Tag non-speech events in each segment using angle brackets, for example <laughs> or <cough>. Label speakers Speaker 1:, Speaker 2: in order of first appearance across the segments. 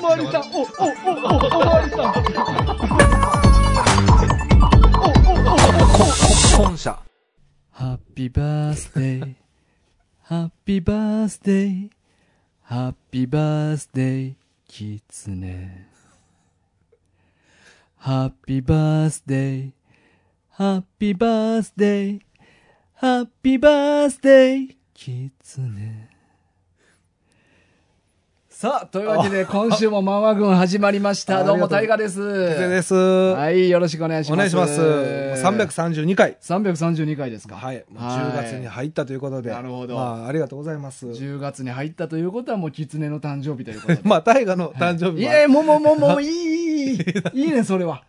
Speaker 1: まりさん、お、お、お、お、おまりさん。
Speaker 2: 本社。
Speaker 3: ハッピーバースデー。ハッピーバースデー。ハッピーバースデー。キツネ。ハッピーバースデー。ハッピーバースデー。ハッピーバースデー。キツネ。さあ、というわけで、今週もマンワ軍始まりまし
Speaker 2: あ
Speaker 3: た。どうも、
Speaker 2: あ
Speaker 3: 大
Speaker 2: り
Speaker 3: 河です。
Speaker 2: 先生です。
Speaker 3: はい、よろしくお願いし
Speaker 2: お
Speaker 3: ます。
Speaker 2: 願いします。332回。
Speaker 3: 332回ですか。
Speaker 2: はい。もう
Speaker 3: はい
Speaker 2: 10月に入ったということで。
Speaker 3: なるほど
Speaker 2: まあ、ありがとうございます。。
Speaker 3: 10月に入ったということはもう狐の誕生日ということで
Speaker 2: まあ、大河の誕生
Speaker 3: <laughs> い
Speaker 2: 日
Speaker 3: や
Speaker 2: は。
Speaker 3: もうもうもうもうい
Speaker 2: <laughs>
Speaker 3: いいいいいいいねそれは。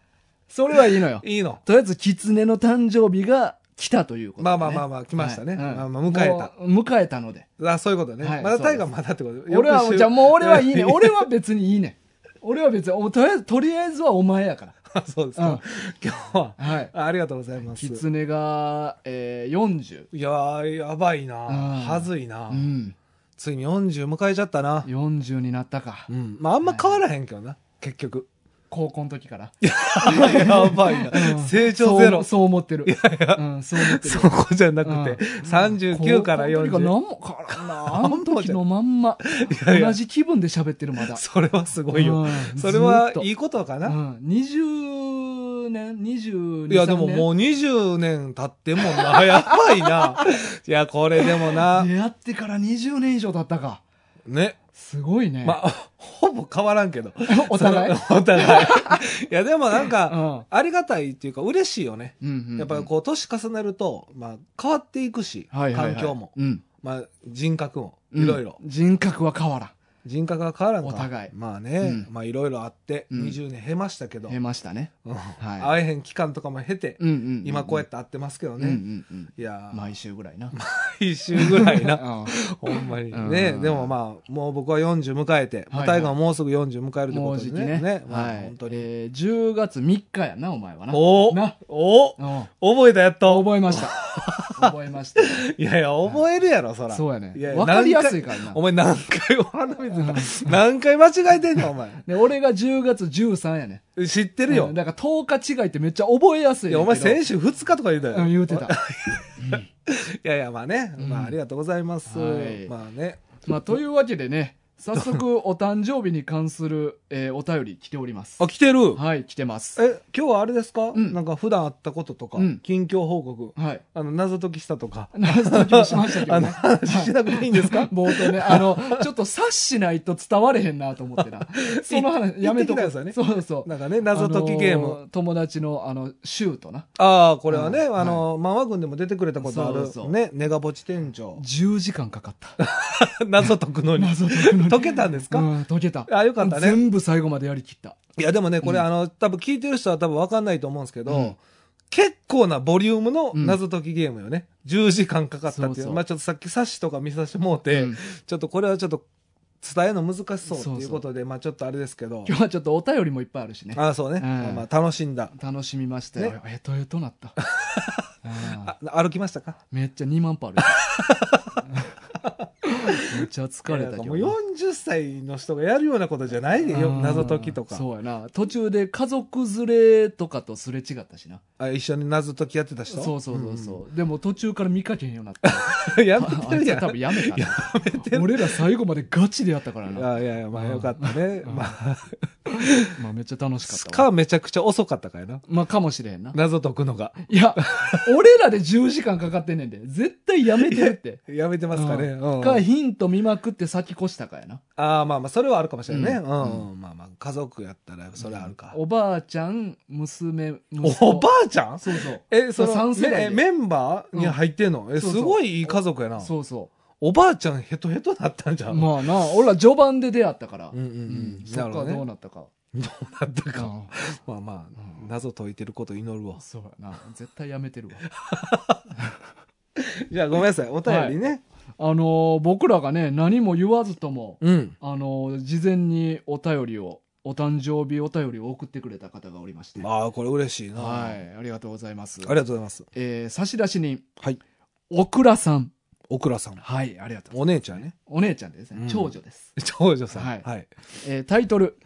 Speaker 3: それはいいのよ。
Speaker 2: いいの。
Speaker 3: とりあえず狐の誕生日が来たということで、ね。
Speaker 2: まあまあまあまあ来ましたね
Speaker 3: はい
Speaker 2: まあまあ迎えた
Speaker 3: もう迎えたので。
Speaker 2: あそういうことね。
Speaker 3: はい
Speaker 2: まだ大河まだってこと
Speaker 3: 俺は
Speaker 2: 翌週
Speaker 3: じゃあもう俺はいいね。俺は別にいいね。俺は別におとりあえずとりあえずはお前やか
Speaker 2: あ <laughs> そうです
Speaker 3: ら。うん
Speaker 2: か。。今日は、
Speaker 3: はい。
Speaker 2: あありがとうございます。い
Speaker 3: 狐が、えー、40。
Speaker 2: やー、やばいな。
Speaker 3: うん
Speaker 2: はずいな
Speaker 3: う。ん。
Speaker 2: ついに40迎えちゃったな。
Speaker 3: 40になったか
Speaker 2: う。ん。まあ、あんま変わらへんけどな。結
Speaker 3: <laughs>
Speaker 2: 局。
Speaker 3: 高校の時から。
Speaker 2: <laughs> やばいな。成長ゼ
Speaker 3: そ
Speaker 2: ロ
Speaker 3: う。そう思ってる。うん、そう思ってる
Speaker 2: <laughs> そ。こじゃなくて、39から
Speaker 3: 高校
Speaker 2: 40。
Speaker 3: の時から何も変わらんな。あの時のまんま。
Speaker 2: いやいや
Speaker 3: 同じ気分で喋ってる、まだ。
Speaker 2: それはすごいよ
Speaker 3: う。ん
Speaker 2: それは
Speaker 3: ずっと
Speaker 2: いいことか
Speaker 3: う
Speaker 2: な。
Speaker 3: ん。20年、22
Speaker 2: いや、でももう20年経ってんもんな。 <laughs> やばいな。いや、これでもな。
Speaker 3: 出会ってから20年以上経ったか。
Speaker 2: ね。
Speaker 3: すごいね。
Speaker 2: まあ、ほぼ変わらんけど。
Speaker 3: <laughs> お互い
Speaker 2: そのお
Speaker 3: <laughs>
Speaker 2: 互い。いや、でもなんか、
Speaker 3: うん
Speaker 2: ありがたいっていうか、嬉しいよね。
Speaker 3: うんうんうん
Speaker 2: やっぱりこう、年重ねると、まあ、変わっていくし、
Speaker 3: はいはいはい
Speaker 2: 環境も、
Speaker 3: うん。
Speaker 2: まあ、人格も、
Speaker 3: うん
Speaker 2: いろいろ。
Speaker 3: 人格は変わら
Speaker 2: 人格が変わらんか
Speaker 3: お互い
Speaker 2: まあね、
Speaker 3: う
Speaker 2: まあいろいろあって、
Speaker 3: うん
Speaker 2: 20年経ましたけど
Speaker 3: ん。、減ましたね。
Speaker 2: うん
Speaker 3: はい
Speaker 2: 会えへん期間とかも経て、
Speaker 3: うんうんうんうん。
Speaker 2: 今こうやって会ってますけど
Speaker 3: うんう
Speaker 2: ね。
Speaker 3: んうん。
Speaker 2: いやー、
Speaker 3: 毎週ぐらいな。
Speaker 2: 一週ぐらいな、
Speaker 3: <laughs> う
Speaker 2: ほんまに
Speaker 3: うん
Speaker 2: ね。でもまあ、もう僕は40迎えて、まあ
Speaker 3: はいはい
Speaker 2: 大河ももうすぐ40迎えるっ
Speaker 3: ん
Speaker 2: て
Speaker 3: も
Speaker 2: こ
Speaker 3: う
Speaker 2: と
Speaker 3: じ
Speaker 2: で
Speaker 3: き
Speaker 2: ね。
Speaker 3: ね。
Speaker 2: ね、まあ
Speaker 3: はい
Speaker 2: 本当に。
Speaker 3: えー10月3日やな、お前はな。
Speaker 2: おお
Speaker 3: な
Speaker 2: お
Speaker 3: うん
Speaker 2: お覚えたやっと。
Speaker 3: 覚えました。
Speaker 2: <laughs>
Speaker 3: 覚えました。
Speaker 2: いやいや、覚えるやろ、そら。
Speaker 3: そうやね
Speaker 2: いい
Speaker 3: わかりやすいからな
Speaker 2: 何回お前何回お花見てた何回間違えてんの、お
Speaker 3: <laughs>
Speaker 2: 前。
Speaker 3: で、俺が10月13やね。
Speaker 2: 知ってるよ
Speaker 3: うん。だから10日違いってめっちゃ覚えやすい
Speaker 2: い
Speaker 3: ね
Speaker 2: や、
Speaker 3: ん
Speaker 2: お
Speaker 3: けど。
Speaker 2: 前先週2日とか言うたよ。
Speaker 3: うん、言うてた。
Speaker 2: いやいや、まあね、まあありがとうございます。
Speaker 3: はい
Speaker 2: まあね、
Speaker 3: <laughs> まあ、というわけでね、早速お誕生日に関する、えーお便り来ております
Speaker 2: あ、。来てる。
Speaker 3: はい、来てます。
Speaker 2: え、今日はあれですか、
Speaker 3: ん
Speaker 2: なんか普段あったこととか、
Speaker 3: うん
Speaker 2: 近況報告、
Speaker 3: はい。
Speaker 2: あの、謎解きしたとか、
Speaker 3: 謎解きもしましたけど
Speaker 2: あの、
Speaker 3: ね。
Speaker 2: 話しなくていいんですか、
Speaker 3: <laughs> 冒頭ね、あの、ちょっと察しないと伝われへんなと思って
Speaker 2: <laughs>
Speaker 3: な。その話、やめとこ
Speaker 2: 言ってきたん
Speaker 3: う。
Speaker 2: です
Speaker 3: そうそう。
Speaker 2: なんかね、謎解きゲーム。あ
Speaker 3: あの友達の、あの、シュートな。
Speaker 2: あー、これはね、
Speaker 3: うん
Speaker 2: あの、マンワ軍でも出てくれたことある、
Speaker 3: そうそう。
Speaker 2: ね、ネガポチ店長
Speaker 3: 10時間かかった。
Speaker 2: 謎解くのに。
Speaker 3: <laughs> 謎解くのに
Speaker 2: 解けたんですか、
Speaker 3: うん、解けた。
Speaker 2: <laughs> あよかったね
Speaker 3: 全部最後までやりきった。
Speaker 2: いや、でもね、これ、あの、多分聞いてる人は多分わかんないと思うんですけど、
Speaker 3: うん
Speaker 2: 結構なボリュームの
Speaker 3: うん
Speaker 2: 謎解きゲームよね。10時間かかったっていう。
Speaker 3: そうそう
Speaker 2: まあちょっとさっき冊子とか見させてもうて、
Speaker 3: うん
Speaker 2: ちょっとこれはちょっと伝えるの難しそうって
Speaker 3: そう
Speaker 2: い
Speaker 3: そ
Speaker 2: う
Speaker 3: う
Speaker 2: ことで、まあちょっとあれですけど。
Speaker 3: 今日はちょっとお便りもいっぱいあるしね。
Speaker 2: ああ、そうね。
Speaker 3: うん
Speaker 2: まあまあ楽しんだ。
Speaker 3: 楽しみましたよ。えとえと
Speaker 2: <laughs>
Speaker 3: なった。ああ
Speaker 2: あ歩きましたか
Speaker 3: めっちゃ2万歩あ
Speaker 2: <laughs>
Speaker 3: る。めっちゃ疲れ
Speaker 2: い
Speaker 3: た
Speaker 2: や
Speaker 3: け
Speaker 2: も
Speaker 3: ど
Speaker 2: う
Speaker 3: な。
Speaker 2: 40歳の人がやるようなことじゃないでよ。
Speaker 3: ああ
Speaker 2: 謎解きとか。
Speaker 3: そうやな。途中で家族連れとかとすれ違ったしな。
Speaker 2: あ一緒に謎解きやってた人
Speaker 3: そうそうそうそう、でも途中から見かけへんように
Speaker 2: <laughs>
Speaker 3: なった。
Speaker 2: うん。やめ
Speaker 3: あ
Speaker 2: て
Speaker 3: い
Speaker 2: る
Speaker 3: つ
Speaker 2: や
Speaker 3: は
Speaker 2: ん。
Speaker 3: 多 <laughs> 分やめたな。
Speaker 2: めてる
Speaker 3: 俺ら最後までガチでやったから
Speaker 2: い
Speaker 3: な。
Speaker 2: やいやいや、まあよかったね。まあ、
Speaker 3: まあめっちゃ楽しかったわ。
Speaker 2: かめちゃくちゃ遅かったかやな。
Speaker 3: まあかもしれへんな。
Speaker 2: 謎解くのが。
Speaker 3: いや、俺らで10時間かかってんねんで。絶対やめてるって。
Speaker 2: やめてますかね。
Speaker 3: う
Speaker 2: うんん
Speaker 3: かヒント見まくって先越したかやな。
Speaker 2: ああ、まあまあ、それはあるかもしれないね。
Speaker 3: う
Speaker 2: うんん。まあまあ、家族やったら、それはあるか。
Speaker 3: おばあちゃん、娘、息子
Speaker 2: おばあちゃん
Speaker 3: そうそう。
Speaker 2: え、そ
Speaker 3: まあ
Speaker 2: の、
Speaker 3: 三世代
Speaker 2: ね
Speaker 3: で
Speaker 2: メンバーに入ってんのえ、
Speaker 3: そう
Speaker 2: す
Speaker 3: そう
Speaker 2: ごいいい家族やな。
Speaker 3: そうそ
Speaker 2: おばあちゃんヘトヘトだったんじゃ
Speaker 3: う。
Speaker 2: ん。
Speaker 3: まあな、俺ら序盤で出会ったから。
Speaker 2: うんうん
Speaker 3: う
Speaker 2: うん。
Speaker 3: そっからどう
Speaker 2: ね。
Speaker 3: なったか。
Speaker 2: どうなったか。
Speaker 3: う
Speaker 2: まあまあ
Speaker 3: う、ん
Speaker 2: 謎解いてること祈るわ
Speaker 3: ん。そうやな。絶対やめてるわ。
Speaker 2: じゃあ、ごめんなさい。お便りね。
Speaker 3: <laughs> あのー僕らがね、何も言わずとも、
Speaker 2: うん。
Speaker 3: あのー事前にお便りを、お誕生日お便りを送ってくれた方がおりまして。
Speaker 2: ああ、これ嬉しいな。
Speaker 3: は
Speaker 2: あ
Speaker 3: い。ありがとうございます
Speaker 2: り。がとうございます。
Speaker 3: えー、差出人、
Speaker 2: はい。
Speaker 3: オクラさん。
Speaker 2: おくらさん。
Speaker 3: はい、ありがとうござい
Speaker 2: お姉
Speaker 3: ます。
Speaker 2: ちゃんね。
Speaker 3: お姉ちゃんですね、
Speaker 2: うん
Speaker 3: 長女です。
Speaker 2: 長女さん。
Speaker 3: は
Speaker 2: はいい。はい。
Speaker 3: えータイトル、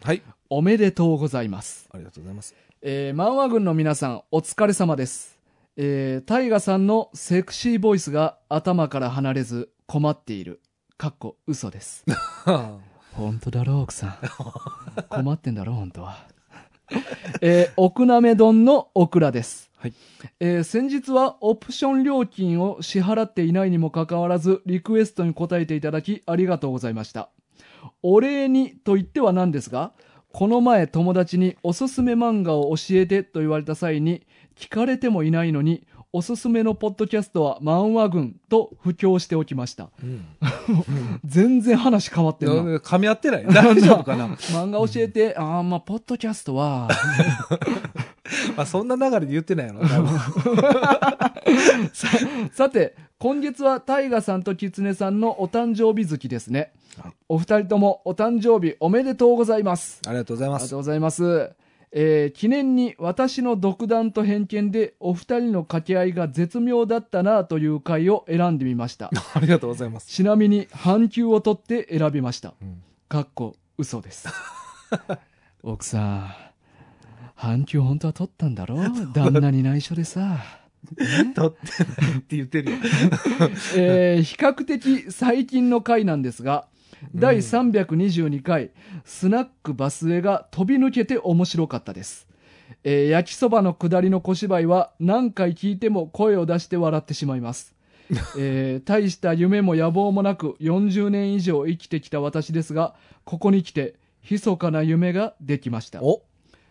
Speaker 3: おめでとうございます。
Speaker 2: ありがとうござい <laughs> ます。
Speaker 3: えー、漫画軍の皆さん、お疲れ様です。えー、タイガさんのセクシーボイスが頭から離れず困っている。かっこ嘘です。本当だろ、奥さん。困ってんだろ、本当は。 <laughs> えー、奥なめ丼のオクラです。
Speaker 2: はい
Speaker 3: えー先日はオプション料金を支払っていないにもかかわらず、リクエストに応えていただきありがとうございました。お礼にと言ってはなんですが、この前友達におすすめ漫画を教えてと言われた際に、聞かれてもいないのに、おすすめのポッドキャストは漫画群と布教しておきました。
Speaker 2: うん。
Speaker 3: 全然話変わってんな。
Speaker 2: 噛み合ってない大丈夫か <laughs> な
Speaker 3: 漫画教えて、ああ、まあ、ポッドキャスト
Speaker 2: <laughs>
Speaker 3: は、
Speaker 2: まあそんな流れで言ってないやろ多分
Speaker 3: さて、今月はタイガさんとキツネさんのお誕生日月ですね。
Speaker 2: はい
Speaker 3: お二人ともお誕生日おめでとうございます。
Speaker 2: ありがとうござい
Speaker 3: あ
Speaker 2: ま
Speaker 3: りが
Speaker 2: す
Speaker 3: と。うございます。えー記念に私の独断と偏見でお二人の掛け合いが絶妙だったなという回を選んでみました。
Speaker 2: ありがとうござい <laughs> ます。
Speaker 3: ちなみに半球を取って選びました。
Speaker 2: うん
Speaker 3: かっこ嘘です。奥さん、半球本当は取ったんだろ
Speaker 2: <laughs>
Speaker 3: 旦那に内緒でさ。
Speaker 2: とってないって言ってるよ。
Speaker 3: えー比較的最近の回なんですが、第322回、スナックバスへが飛び抜けて面白かったです。えー焼きそばの下りの小芝居は何回聞いても声を出して笑ってしまいます。えー大した夢も野望もなく40年以上生きてきた私ですが、ここに来て、密かな夢ができました。
Speaker 2: お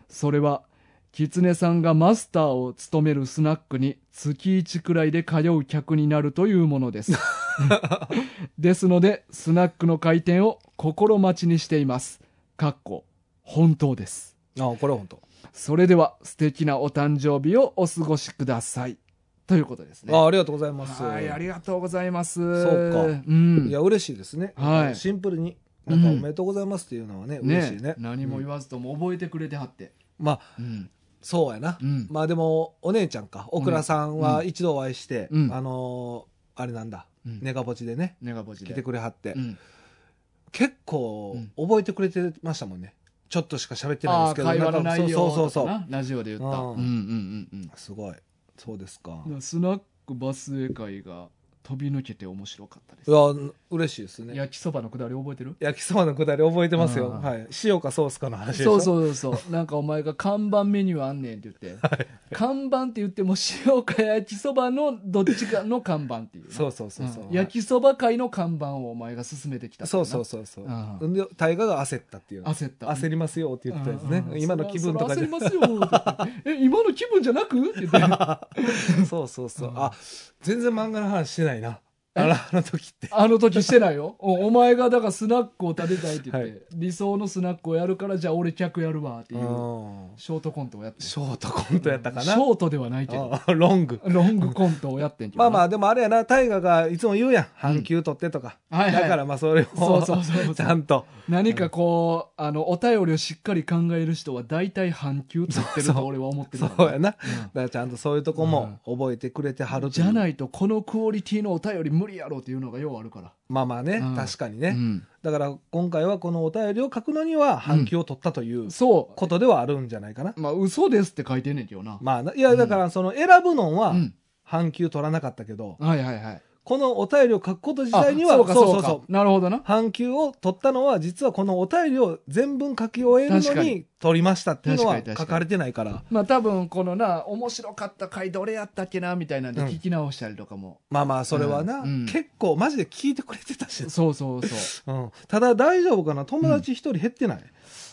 Speaker 3: それは、狐さんがマスターを務めるスナックに月1くらいで通う客になるというもの
Speaker 2: <laughs>
Speaker 3: です。ですので、スナックの開店を心待ちにしています。かっこ、本当です。
Speaker 2: あ、これ本当。
Speaker 3: それでは、素敵なお誕生日をお過ごしください。ということですね。
Speaker 2: あありがとうございます。
Speaker 3: はい、ありがとうございます。
Speaker 2: そうか
Speaker 3: ん。
Speaker 2: いや、嬉しいですね。
Speaker 3: はい
Speaker 2: シンプルに、なんかおめでとうございますっていうのはね、嬉しいね。
Speaker 3: 何も言
Speaker 2: わ
Speaker 3: わずとも覚えてくれてはって。
Speaker 2: まあ、
Speaker 3: うん。
Speaker 2: そうやな
Speaker 3: う。ん。
Speaker 2: まあでも、お姉ちゃんか、奥倉さん
Speaker 3: う
Speaker 2: は
Speaker 3: ん
Speaker 2: 一度お会いして、
Speaker 3: うん
Speaker 2: あのーあれなんだ、
Speaker 3: うん
Speaker 2: ネガポチでね、
Speaker 3: ネガポジで。
Speaker 2: 来てくれはって
Speaker 3: う、ん。
Speaker 2: 結構
Speaker 3: うん
Speaker 2: 覚えてくれてましたもんね。ちょっとしか喋ってないん
Speaker 3: あ
Speaker 2: です
Speaker 3: あ
Speaker 2: け
Speaker 3: ー
Speaker 2: ど、
Speaker 3: 会話の
Speaker 2: なんか
Speaker 3: 内容
Speaker 2: そうそうそう
Speaker 3: と
Speaker 2: そ
Speaker 3: か
Speaker 2: う。
Speaker 3: なラジオで言った、
Speaker 2: うん
Speaker 3: うんうんうん
Speaker 2: すごい。そうですか
Speaker 3: う。んスナックバスへ会が飛び抜けて面白かったです
Speaker 2: いや、嬉しいですね。
Speaker 3: 焼きそばのくだり覚えてる
Speaker 2: 焼きそばのくだり覚えてますよ。
Speaker 3: うん
Speaker 2: はい。塩かソースかの話でし
Speaker 3: そ
Speaker 2: ょ
Speaker 3: うそうそうそうなんかお前が看板メニューあんねんって言
Speaker 2: <laughs>
Speaker 3: って、看板って言っても塩か焼きそばのどっちかの看板っていうな
Speaker 2: そうそうそうそう。
Speaker 3: ん焼きそば会の看板をお前が勧めてきたってい
Speaker 2: そう
Speaker 3: な
Speaker 2: そうそうそう
Speaker 3: ああ。
Speaker 2: んで、大河が焦ったっていう。
Speaker 3: 焦った
Speaker 2: 焦りますよって言ってたんですね
Speaker 3: うんう。ん
Speaker 2: 今の気分とか
Speaker 3: そ
Speaker 2: じ
Speaker 3: ら
Speaker 2: ゃ
Speaker 3: そら焦りますよ
Speaker 2: <laughs>
Speaker 3: ってえ今の気分じゃなくって言って。
Speaker 2: そうそうそううんあ、全然漫画の話してないな。
Speaker 3: え
Speaker 2: あら、あの時って。
Speaker 3: あの時してないよ。 <laughs> おお前がだからスナックを食べたいって言って、
Speaker 2: はい
Speaker 3: 理想のスナックをやるから、じゃあ俺客やるわって
Speaker 2: う
Speaker 3: い
Speaker 2: ん
Speaker 3: うショートコントをやってる
Speaker 2: ショートコントやったか
Speaker 3: シ
Speaker 2: な。
Speaker 3: ョートではないけど、
Speaker 2: あロング。
Speaker 3: ロングコントをやってんけど
Speaker 2: ま
Speaker 3: な。
Speaker 2: あまあ、でもあれやな、大河がいつも言うやん。半球取ってとか。
Speaker 3: あ、はいは
Speaker 2: だ
Speaker 3: い、
Speaker 2: からまあ、それ
Speaker 3: そ
Speaker 2: を
Speaker 3: うそうそうそう、
Speaker 2: ちゃんと。
Speaker 3: 何かこう、あの、お便りをしっかり考える人は大体半球取ってる
Speaker 2: そうそ
Speaker 3: と
Speaker 2: う
Speaker 3: 俺は思ってる
Speaker 2: そ
Speaker 3: から
Speaker 2: うやな。だからちゃんとそういうとこも覚えてくれては
Speaker 3: う
Speaker 2: る。
Speaker 3: んじゃないいと、このクオリティのお便り無理やろっていうのがようあるから。
Speaker 2: まあまあね
Speaker 3: うん、
Speaker 2: 確かに
Speaker 3: う
Speaker 2: ね。
Speaker 3: ん
Speaker 2: だから今回はこのお便りを書くのには半球を取ったという
Speaker 3: そ
Speaker 2: ことではあるんじゃないかな。
Speaker 3: う。まあ、嘘ですって書いてんねんけどな。
Speaker 2: まあ、いや、だからその選ぶのは
Speaker 3: うん。
Speaker 2: 半球取らなかったけど、
Speaker 3: はいはいはい。
Speaker 2: このお便りを書くこと自体には、
Speaker 3: あそうかそうかなるほどな。
Speaker 2: 半球を取ったのは、実はこのお便りを全文書き終える
Speaker 3: 確
Speaker 2: の
Speaker 3: か
Speaker 2: に
Speaker 3: に
Speaker 2: 取りましたっていうのは
Speaker 3: 確かに確か
Speaker 2: 書
Speaker 3: に
Speaker 2: かれてないから、
Speaker 3: まあ多分このな面白かった回どれやったっけなみたいなんで
Speaker 2: うん
Speaker 3: 聞き直したりとかも、
Speaker 2: まあまあ、それはな、
Speaker 3: うんうん
Speaker 2: 結構マジで聞いてくれてたし、
Speaker 3: そうそうそ
Speaker 2: うん、ただ大丈夫かな友達一人減ってない、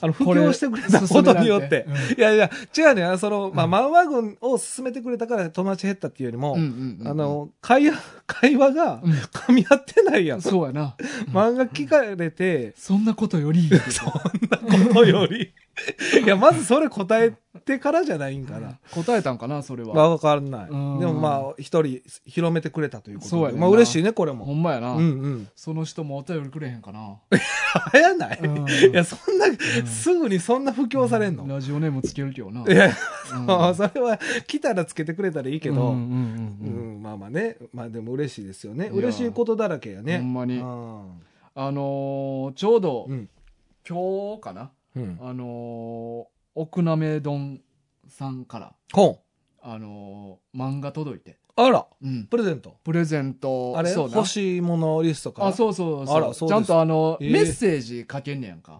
Speaker 2: あの、布
Speaker 3: これ
Speaker 2: 教してくれたことによって
Speaker 3: 勧め。られ
Speaker 2: い
Speaker 3: て
Speaker 2: やいや、違うねんあ。その、まあ、漫画群を進めてくれたから友達減ったっていうよりも、
Speaker 3: う、うんうんうんうん
Speaker 2: あの、会話、会話が
Speaker 3: うん
Speaker 2: 噛み合ってないやん。
Speaker 3: そうやな
Speaker 2: 漫画聞かれて、
Speaker 3: そんなことより
Speaker 2: そんなことより、 <laughs> いや、まずそれ答えてからじゃないんか <laughs> な。
Speaker 3: 答えたんかな、それは。
Speaker 2: まあ、わかんない。で
Speaker 3: うん
Speaker 2: もまあ、一人広めてくれたというこ
Speaker 3: そう
Speaker 2: と
Speaker 3: や
Speaker 2: で。
Speaker 3: ねんな
Speaker 2: まあ、嬉しいね、これ
Speaker 3: ほ
Speaker 2: も。
Speaker 3: んまやな、
Speaker 2: うんうん。
Speaker 3: その人もお便りくれへんかな。
Speaker 2: 早ない
Speaker 3: うん
Speaker 2: いや、そんな、すぐにそんな布教されんの
Speaker 3: ラジオネームつけるけどな。
Speaker 2: いや、 <laughs>
Speaker 3: うん
Speaker 2: それは、来たらつけてくれたらいいけ
Speaker 3: う
Speaker 2: ど
Speaker 3: ん。う
Speaker 2: う
Speaker 3: んうんうん
Speaker 2: ん、まあまあね。まあでも嬉しいですよね。
Speaker 3: や
Speaker 2: 嬉しいことだらけやね。
Speaker 3: ほんまに
Speaker 2: うん
Speaker 3: あのーちょうど、
Speaker 2: うん。
Speaker 3: 今日かな、
Speaker 2: うん。
Speaker 3: あのー奥なめ丼さんから、
Speaker 2: ほ
Speaker 3: あのー漫画届いて、
Speaker 2: う。あら、
Speaker 3: うん
Speaker 2: プレゼント。
Speaker 3: プレゼント、
Speaker 2: あれ
Speaker 3: そうな
Speaker 2: 欲しいものリストから。
Speaker 3: あ、そうそうそう
Speaker 2: あらそう
Speaker 3: ち
Speaker 2: です
Speaker 3: ゃんとあの、
Speaker 2: ええ
Speaker 3: メッセージ書けんねやんか。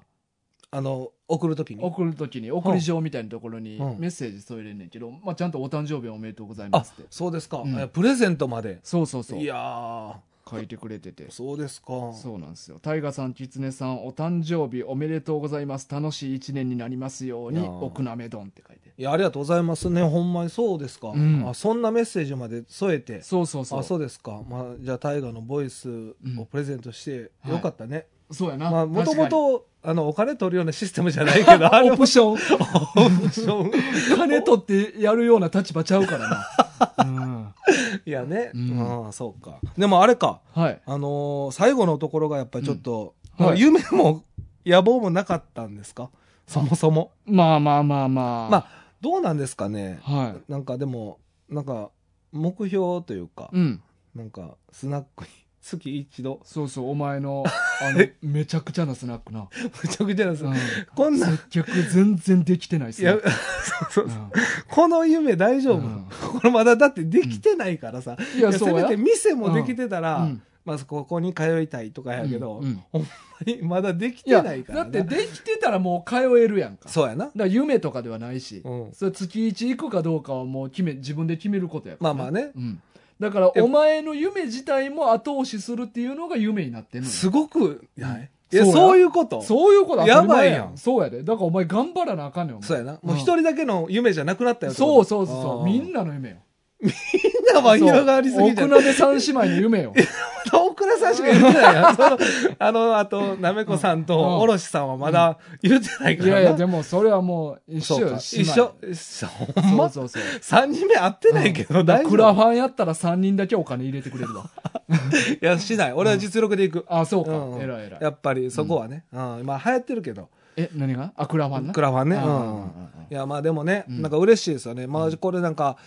Speaker 2: あの、送るときに。
Speaker 3: 送るときに、送り状みたいなところに
Speaker 2: うん
Speaker 3: メッセージ添えれんねんけど、まあちゃんとお誕生日おめでとうございますって。
Speaker 2: そうですか。
Speaker 3: うん
Speaker 2: えプレゼントまで。
Speaker 3: そうそうそう
Speaker 2: い。やー、
Speaker 3: 書いてくれてて。
Speaker 2: そうですか。
Speaker 3: そうなんですよ。タイガさん、キツネさん、お誕生日おめでとうございます。楽しい一年になりますよう
Speaker 2: い
Speaker 3: に、
Speaker 2: やー
Speaker 3: 奥なめ丼って書いて。
Speaker 2: いや、ありがとうございますね。ほんまにそうですか。
Speaker 3: うん
Speaker 2: あそんなメッセージまで添えて。
Speaker 3: そうそうそう。
Speaker 2: あ、
Speaker 3: そ
Speaker 2: そうですか。まあ、じゃあ、大河のボイスをプレゼントして、
Speaker 3: うん
Speaker 2: よかったね。
Speaker 3: うやな。
Speaker 2: まあ、もとも
Speaker 3: 確かに
Speaker 2: と、あの、お金取るようなシステムじゃないけど、あれ
Speaker 3: <laughs> オプション。
Speaker 2: オプシ
Speaker 3: <laughs>
Speaker 2: ョン。
Speaker 3: 金取ってやるような立場ちゃうから
Speaker 2: <laughs>
Speaker 3: な。
Speaker 2: いやね。
Speaker 3: う
Speaker 2: うんん、そうか。でも、あれか。
Speaker 3: うんはい。
Speaker 2: あのー最後のところがやっぱりちょっと、
Speaker 3: うんはい
Speaker 2: 夢も野望もなかったんですかそもそも。
Speaker 3: まあまあまあまあ。
Speaker 2: まあ、どうなんですかね。
Speaker 3: は
Speaker 2: なんかでも、なんか、目標というか
Speaker 3: い。、うん。
Speaker 2: なんか、スナックに <laughs> 月一度、
Speaker 3: そうそう、お前
Speaker 2: <laughs>
Speaker 3: の、あの、めちゃくちゃなスナックな。
Speaker 2: むちゃくちゃなんです
Speaker 3: う
Speaker 2: よ
Speaker 3: ん、
Speaker 2: こんな、い
Speaker 3: 接客全然できてないっすね
Speaker 2: や、そうそう、この夢大丈夫、
Speaker 3: うん
Speaker 2: これまだだってできてないからさ、
Speaker 3: いや、
Speaker 2: いやせ
Speaker 3: そう
Speaker 2: め
Speaker 3: や。
Speaker 2: て店もできてたら、
Speaker 3: うん
Speaker 2: まあここに通いたいとかやけど、
Speaker 3: うんうん
Speaker 2: <laughs> まだでき
Speaker 3: い
Speaker 2: て
Speaker 3: や、
Speaker 2: ないから
Speaker 3: だ
Speaker 2: な
Speaker 3: ってできてたらもう通えるやんか。
Speaker 2: そうやな。
Speaker 3: だから夢とかではないし、
Speaker 2: うん
Speaker 3: それ月一行くかどうかはもう決め自分で決めることやか
Speaker 2: まあ
Speaker 3: ら、
Speaker 2: まあね。
Speaker 3: うん、だから
Speaker 2: え
Speaker 3: お前の夢自体も後押しするっていうのが夢になってんのよ
Speaker 2: すごくない、
Speaker 3: うん
Speaker 2: いや
Speaker 3: そうや
Speaker 2: そういうことそう
Speaker 3: そういうこと当たり
Speaker 2: や
Speaker 3: 前
Speaker 2: ばいやん
Speaker 3: そうやでだからお前頑張らなあかんねんお前
Speaker 2: やなもう一人だけの夢じゃなくなったよ
Speaker 3: そうそうそうそうみん
Speaker 2: な
Speaker 3: なの夢よ
Speaker 2: みんなは嫌がりすぎじゃ
Speaker 3: そう
Speaker 2: ない
Speaker 3: 奥鍋三姉妹の
Speaker 2: <laughs>
Speaker 3: 夢よ
Speaker 2: 大倉さんしか言ってないやんその <laughs> あのあとなめこさん
Speaker 3: うん
Speaker 2: とおろしさんはまだ言ってないか
Speaker 3: いや
Speaker 2: ら
Speaker 3: い
Speaker 2: な
Speaker 3: やでもそれはもう一
Speaker 2: そ
Speaker 3: 緒
Speaker 2: う
Speaker 3: よ
Speaker 2: か
Speaker 3: 姉
Speaker 2: 一
Speaker 3: 妹
Speaker 2: 緒一緒ほん
Speaker 3: <laughs> そ
Speaker 2: ま
Speaker 3: うそうそう
Speaker 2: 3人目会ってないけど、
Speaker 3: うん
Speaker 2: 大丈夫
Speaker 3: クラファンやったら3人だけお金入れてくれるわ
Speaker 2: いやしない俺は実力でいく、
Speaker 3: あそうか、
Speaker 2: うん
Speaker 3: えらいえらい
Speaker 2: やっぱりそこはね、うんまあ流行ってるけど
Speaker 3: え何があクラファンな
Speaker 2: クラファンね
Speaker 3: あ
Speaker 2: う
Speaker 3: ー
Speaker 2: ん、いやまあでもね、
Speaker 3: うん
Speaker 2: なんか嬉しいですよね、まあこれなんか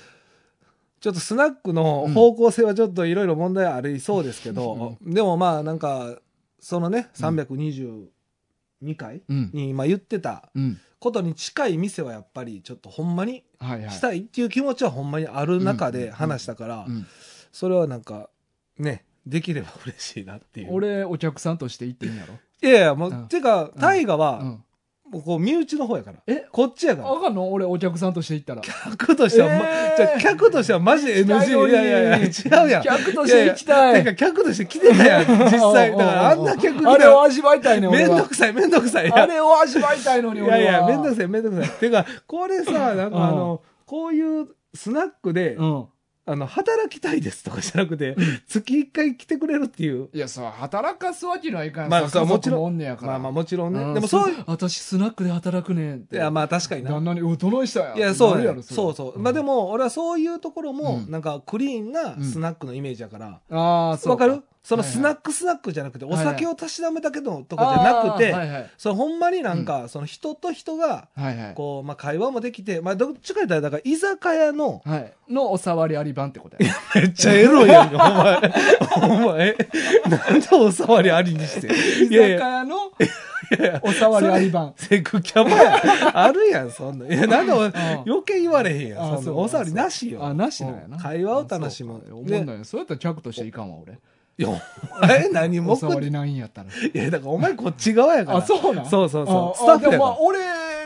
Speaker 2: ちょっとスナックの方向性はちょっといろいろ問題ありそうですけど、でもまあなんかそのね322回
Speaker 3: うん
Speaker 2: に今言ってた
Speaker 3: うん
Speaker 2: ことに近い店はやっぱりちょっとほんまに
Speaker 3: はいはい
Speaker 2: したいっていう気持ちはほんまにある中
Speaker 3: うんうん
Speaker 2: で話したから、
Speaker 3: うん
Speaker 2: それはなんかねできれば嬉しいなっていう。
Speaker 3: 俺お客さんとして行っていいんやろ、
Speaker 2: いやいやもう、
Speaker 3: うん
Speaker 2: てか大河
Speaker 3: う
Speaker 2: は
Speaker 3: ん、
Speaker 2: もうこう身内の方やから、
Speaker 3: え
Speaker 2: こっちやから
Speaker 3: あかんの俺お客さんとして行ったら
Speaker 2: 客としては、ま
Speaker 3: えー
Speaker 2: じゃあ客としてはマジで NG
Speaker 3: 行きたのに
Speaker 2: いやいやいや違うやん
Speaker 3: 客として行きたい
Speaker 2: てか客として来てたやん
Speaker 3: <laughs>
Speaker 2: 実際だからあんな客来
Speaker 3: あ
Speaker 2: た
Speaker 3: れを
Speaker 2: ら
Speaker 3: 味わいたいね
Speaker 2: め
Speaker 3: 俺
Speaker 2: んど
Speaker 3: は
Speaker 2: くさいめんどくさいい
Speaker 3: あ
Speaker 2: や
Speaker 3: れを味わいたいのに
Speaker 2: い
Speaker 3: 俺は
Speaker 2: やいやめんどくさいめんどくさいてかこれさなん
Speaker 3: うん
Speaker 2: かあのこういうスナックで、
Speaker 3: うん
Speaker 2: あの働きたいですとかじゃなくて、月1回来てくれるっていう
Speaker 3: いやそう働かすわけにはいかん
Speaker 2: まあ
Speaker 3: さ
Speaker 2: そう
Speaker 3: 家
Speaker 2: もち
Speaker 3: 族
Speaker 2: ろん
Speaker 3: もおんねやから
Speaker 2: まあまあもちろんね、
Speaker 3: うん
Speaker 2: でもそうい
Speaker 3: す私スナックで働くねんっ
Speaker 2: う
Speaker 3: て
Speaker 2: いやまあ確かにな
Speaker 3: 旦那に「おどないしたんや」
Speaker 2: いや、そう
Speaker 3: なる
Speaker 2: や
Speaker 3: ろれ
Speaker 2: そうそう。まあでも、俺はそういうところも
Speaker 3: う、ん
Speaker 2: なんかクリーンなスナックのイメージやから。
Speaker 3: ああそう
Speaker 2: わかるその
Speaker 3: はいはい
Speaker 2: スナックスナックじゃなくて、
Speaker 3: はい
Speaker 2: お
Speaker 3: はい
Speaker 2: 酒をたしなむだけのとかじゃ
Speaker 3: あーは
Speaker 2: なくて、
Speaker 3: いはい
Speaker 2: そのほんまになんか、その人と人が、
Speaker 3: はいはい
Speaker 2: こう、まあ会話もできて、まあどっちか言ったら、だから居酒屋の、
Speaker 3: はいのお触りあり版ってことや
Speaker 2: めっちゃエロ <laughs> いやんか、お前。お前、なんでお触りありにして。
Speaker 3: 居
Speaker 2: い
Speaker 3: 酒
Speaker 2: やいや、
Speaker 3: 屋のお触りあり版
Speaker 2: セクキャバ <laughs> や。あるやん、そんな。いや、なんでお余計言われへんやん。
Speaker 3: あ
Speaker 2: そんなお触りなしよ。
Speaker 3: あなしなんやな
Speaker 2: 会話を楽しむ
Speaker 3: あ。そうか
Speaker 2: で
Speaker 3: 思んないよそうやったら客としていかんわ俺
Speaker 2: いや、お前何
Speaker 3: お
Speaker 2: 目
Speaker 3: 触り
Speaker 2: 的
Speaker 3: ないんやったら
Speaker 2: いや、だからお前こっち側やから。
Speaker 3: あそうなん
Speaker 2: そうそうそう
Speaker 3: あ
Speaker 2: スタッフやから
Speaker 3: あでもまあ俺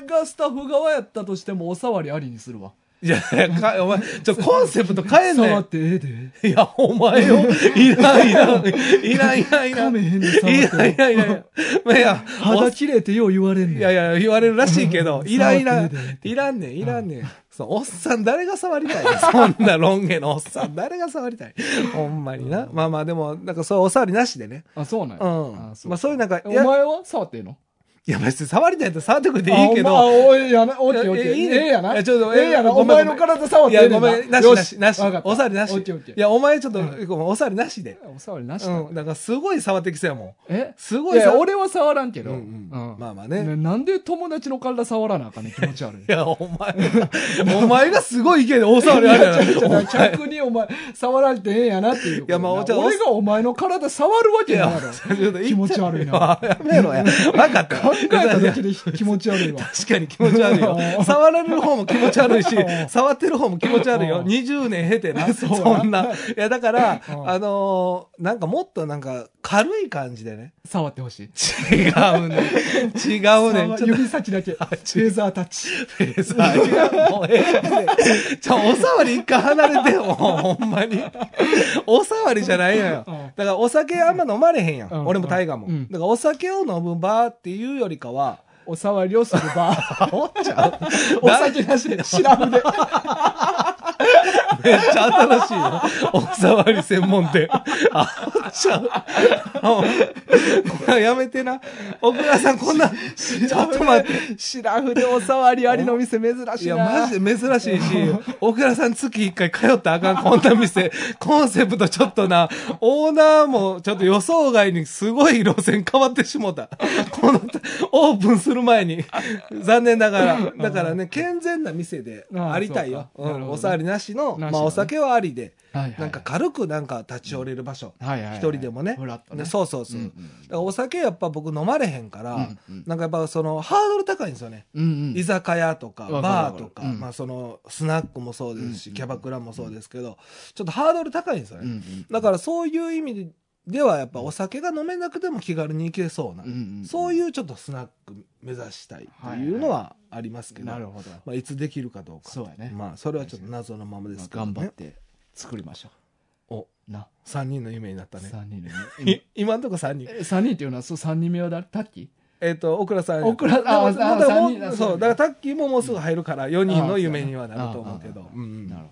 Speaker 3: がスタッフ側やったとしてもお触りありにするわ
Speaker 2: いや、いやかお前、ちょ、コンセプト変えん
Speaker 3: 触っ
Speaker 2: ね
Speaker 3: てええで
Speaker 2: いや、お前よ。いらん、いらん。いらん、いらん、いら
Speaker 3: 噛
Speaker 2: ん。
Speaker 3: め
Speaker 2: い
Speaker 3: へんで
Speaker 2: やい
Speaker 3: 触
Speaker 2: や
Speaker 3: っ
Speaker 2: い
Speaker 3: て
Speaker 2: やいや。まあいや、
Speaker 3: 肌切れてよう言われん
Speaker 2: お
Speaker 3: ねん
Speaker 2: いやいや、言われるらしいけど、いらん、いら
Speaker 3: 触ってね
Speaker 2: ん。いらんねん、いらんねん。そうおっさん誰が触りたいねんそんなロン毛のおっさん誰が触りたいほんまにな。まあまあでも、なんかそうお触りなしでね。
Speaker 3: あそうなん
Speaker 2: う
Speaker 3: や
Speaker 2: ん。まあそういうなんか、い
Speaker 3: お
Speaker 2: や
Speaker 3: 前は触っていいの
Speaker 2: いや、別に触りたいって触ってくれていいけ
Speaker 3: あ、お
Speaker 2: ど、
Speaker 3: 前おいやな、おっちおっち。
Speaker 2: いやいいね
Speaker 3: ええや
Speaker 2: い
Speaker 3: な。
Speaker 2: やちょっと
Speaker 3: ええやな。
Speaker 2: ごめ
Speaker 3: お
Speaker 2: んごめ
Speaker 3: 前
Speaker 2: ん
Speaker 3: の体触っ
Speaker 2: い
Speaker 3: てええ
Speaker 2: や、
Speaker 3: ね
Speaker 2: ご
Speaker 3: んな。
Speaker 2: めん、な
Speaker 3: よ
Speaker 2: し、なし、な
Speaker 3: わか
Speaker 2: し
Speaker 3: っ、た
Speaker 2: お触りなし。
Speaker 3: オッケーオッケー
Speaker 2: いや、お前ちょっと、
Speaker 3: う
Speaker 2: ごめんお触りなしで。
Speaker 3: お触りなしだ。
Speaker 2: <laughs> うん、だからすごい触ってきそうやもん。
Speaker 3: え
Speaker 2: す
Speaker 3: い
Speaker 2: ごい
Speaker 3: や、
Speaker 2: 触
Speaker 3: 俺は触らんけ
Speaker 2: う
Speaker 3: ど。
Speaker 2: ん
Speaker 3: う
Speaker 2: うん
Speaker 3: ん。
Speaker 2: まあまあね。
Speaker 3: ねなんで友達の体触らなあかんねん気持ち悪い
Speaker 2: <laughs> い。や、お前が、 <laughs> お前がすごい勢いで大騒ぎあるや <laughs> ろ。
Speaker 3: ちょっと客にお前、触られてええんやなっていうこ
Speaker 2: い
Speaker 3: と。
Speaker 2: やまあお茶
Speaker 3: 俺がお前の体触るわけ
Speaker 2: い
Speaker 3: ない
Speaker 2: や
Speaker 3: や
Speaker 2: <laughs>
Speaker 3: ろ。
Speaker 2: ちょっと
Speaker 3: 気持
Speaker 2: <laughs>
Speaker 3: ち悪いな。
Speaker 2: あやめろや。わかった。
Speaker 3: 考えただけ
Speaker 2: いや
Speaker 3: で気持ち悪いわ。
Speaker 2: 確かに気持ち悪い <laughs> よ。触られる方も気持ち悪いし、触ってる方も気持ち悪いよ。
Speaker 3: うん
Speaker 2: 20年経てな、
Speaker 3: そうや
Speaker 2: <laughs> そんな。いや、だから、
Speaker 3: うん
Speaker 2: あのーなんかもっとなんか軽い感じでね。
Speaker 3: 触ってほしい。
Speaker 2: 違うね。 <laughs> 違うね。
Speaker 3: 触
Speaker 2: ちょっと
Speaker 3: 指先だけ。フェーザータッチ。
Speaker 2: フェーザー違う。もうええってちょ、おさわり一回離れてよ、ほんまに。おさわりじゃないのよ。
Speaker 3: うん
Speaker 2: だからお酒あんま飲まれへんやん。
Speaker 3: うん
Speaker 2: 俺も大河も、
Speaker 3: うん
Speaker 2: だからお酒を飲むバーっていうよりかは、
Speaker 3: お触りをする場。
Speaker 2: おっちゃう
Speaker 3: お酒なしで、シラフで。
Speaker 2: めっちゃ新しいよ。おさわり専門店。あ、おっちゃう。これやめてな。奥村さんこんな、ちょっと待って。
Speaker 3: シラフでお触りありの店珍しいな。
Speaker 2: いや、マジで珍しいし、奥倉さん月一回通ったらあかん、こんな店。コンセプトちょっとな、オーナーもちょっと予想外にすごい路線変わってしもた。この、オープンする前に。残念ながら。だからね、健全な店でありたいよ。
Speaker 3: ああそうか
Speaker 2: う
Speaker 3: なる
Speaker 2: ん
Speaker 3: ほどね
Speaker 2: お触りなしの、
Speaker 3: なしのね
Speaker 2: まあお酒はありで、
Speaker 3: はいはい
Speaker 2: なんか軽くなんか立ち寄れる場所。
Speaker 3: はいはいはい
Speaker 2: 一人でもね
Speaker 3: ふらっとね
Speaker 2: でそうそうそう。
Speaker 3: うんうん
Speaker 2: だからお酒やっぱ僕飲まれへんから、
Speaker 3: うんうん
Speaker 2: なんかやっぱそのハードル高いんですよね。
Speaker 3: うんうん
Speaker 2: 居酒屋とか
Speaker 3: わかるわ
Speaker 2: バ
Speaker 3: か
Speaker 2: ー
Speaker 3: る
Speaker 2: とか、
Speaker 3: うん
Speaker 2: まあ、そのスナックもそうですし、
Speaker 3: うん
Speaker 2: キャバクラもそうですけどちょっとハードル高いんですよ
Speaker 3: うんう
Speaker 2: ね、
Speaker 3: ん
Speaker 2: だからそういう意味ではやっぱお酒が飲めなくても気軽に行けそうな、
Speaker 3: うんうん
Speaker 2: そういうちょっとスナック目指したいっていうのはありますけど,、
Speaker 3: なるほど。
Speaker 2: まあ、いつできるかどうか
Speaker 3: そうやね
Speaker 2: まあ、それはちょっと謎のままですけど、
Speaker 3: 頑
Speaker 2: ね、
Speaker 3: 張って作りましょ
Speaker 2: お
Speaker 3: う。な。
Speaker 2: 3人の夢になったね
Speaker 3: 3人でね
Speaker 2: い今んとこ3人
Speaker 3: <laughs> え3人っていうのは、そう3人目は誰タッキ
Speaker 2: えっ、と、オクラさん。
Speaker 3: オクラあ
Speaker 2: でも
Speaker 3: あ
Speaker 2: だからも
Speaker 3: 三人だ
Speaker 2: う
Speaker 3: そう
Speaker 2: そう、だからタッキーももうすぐ入るから、4人
Speaker 3: あ
Speaker 2: の
Speaker 3: あ
Speaker 2: 夢にはなると思うけ
Speaker 3: あ
Speaker 2: ど
Speaker 3: あ。あ
Speaker 2: うんうん
Speaker 3: なるほ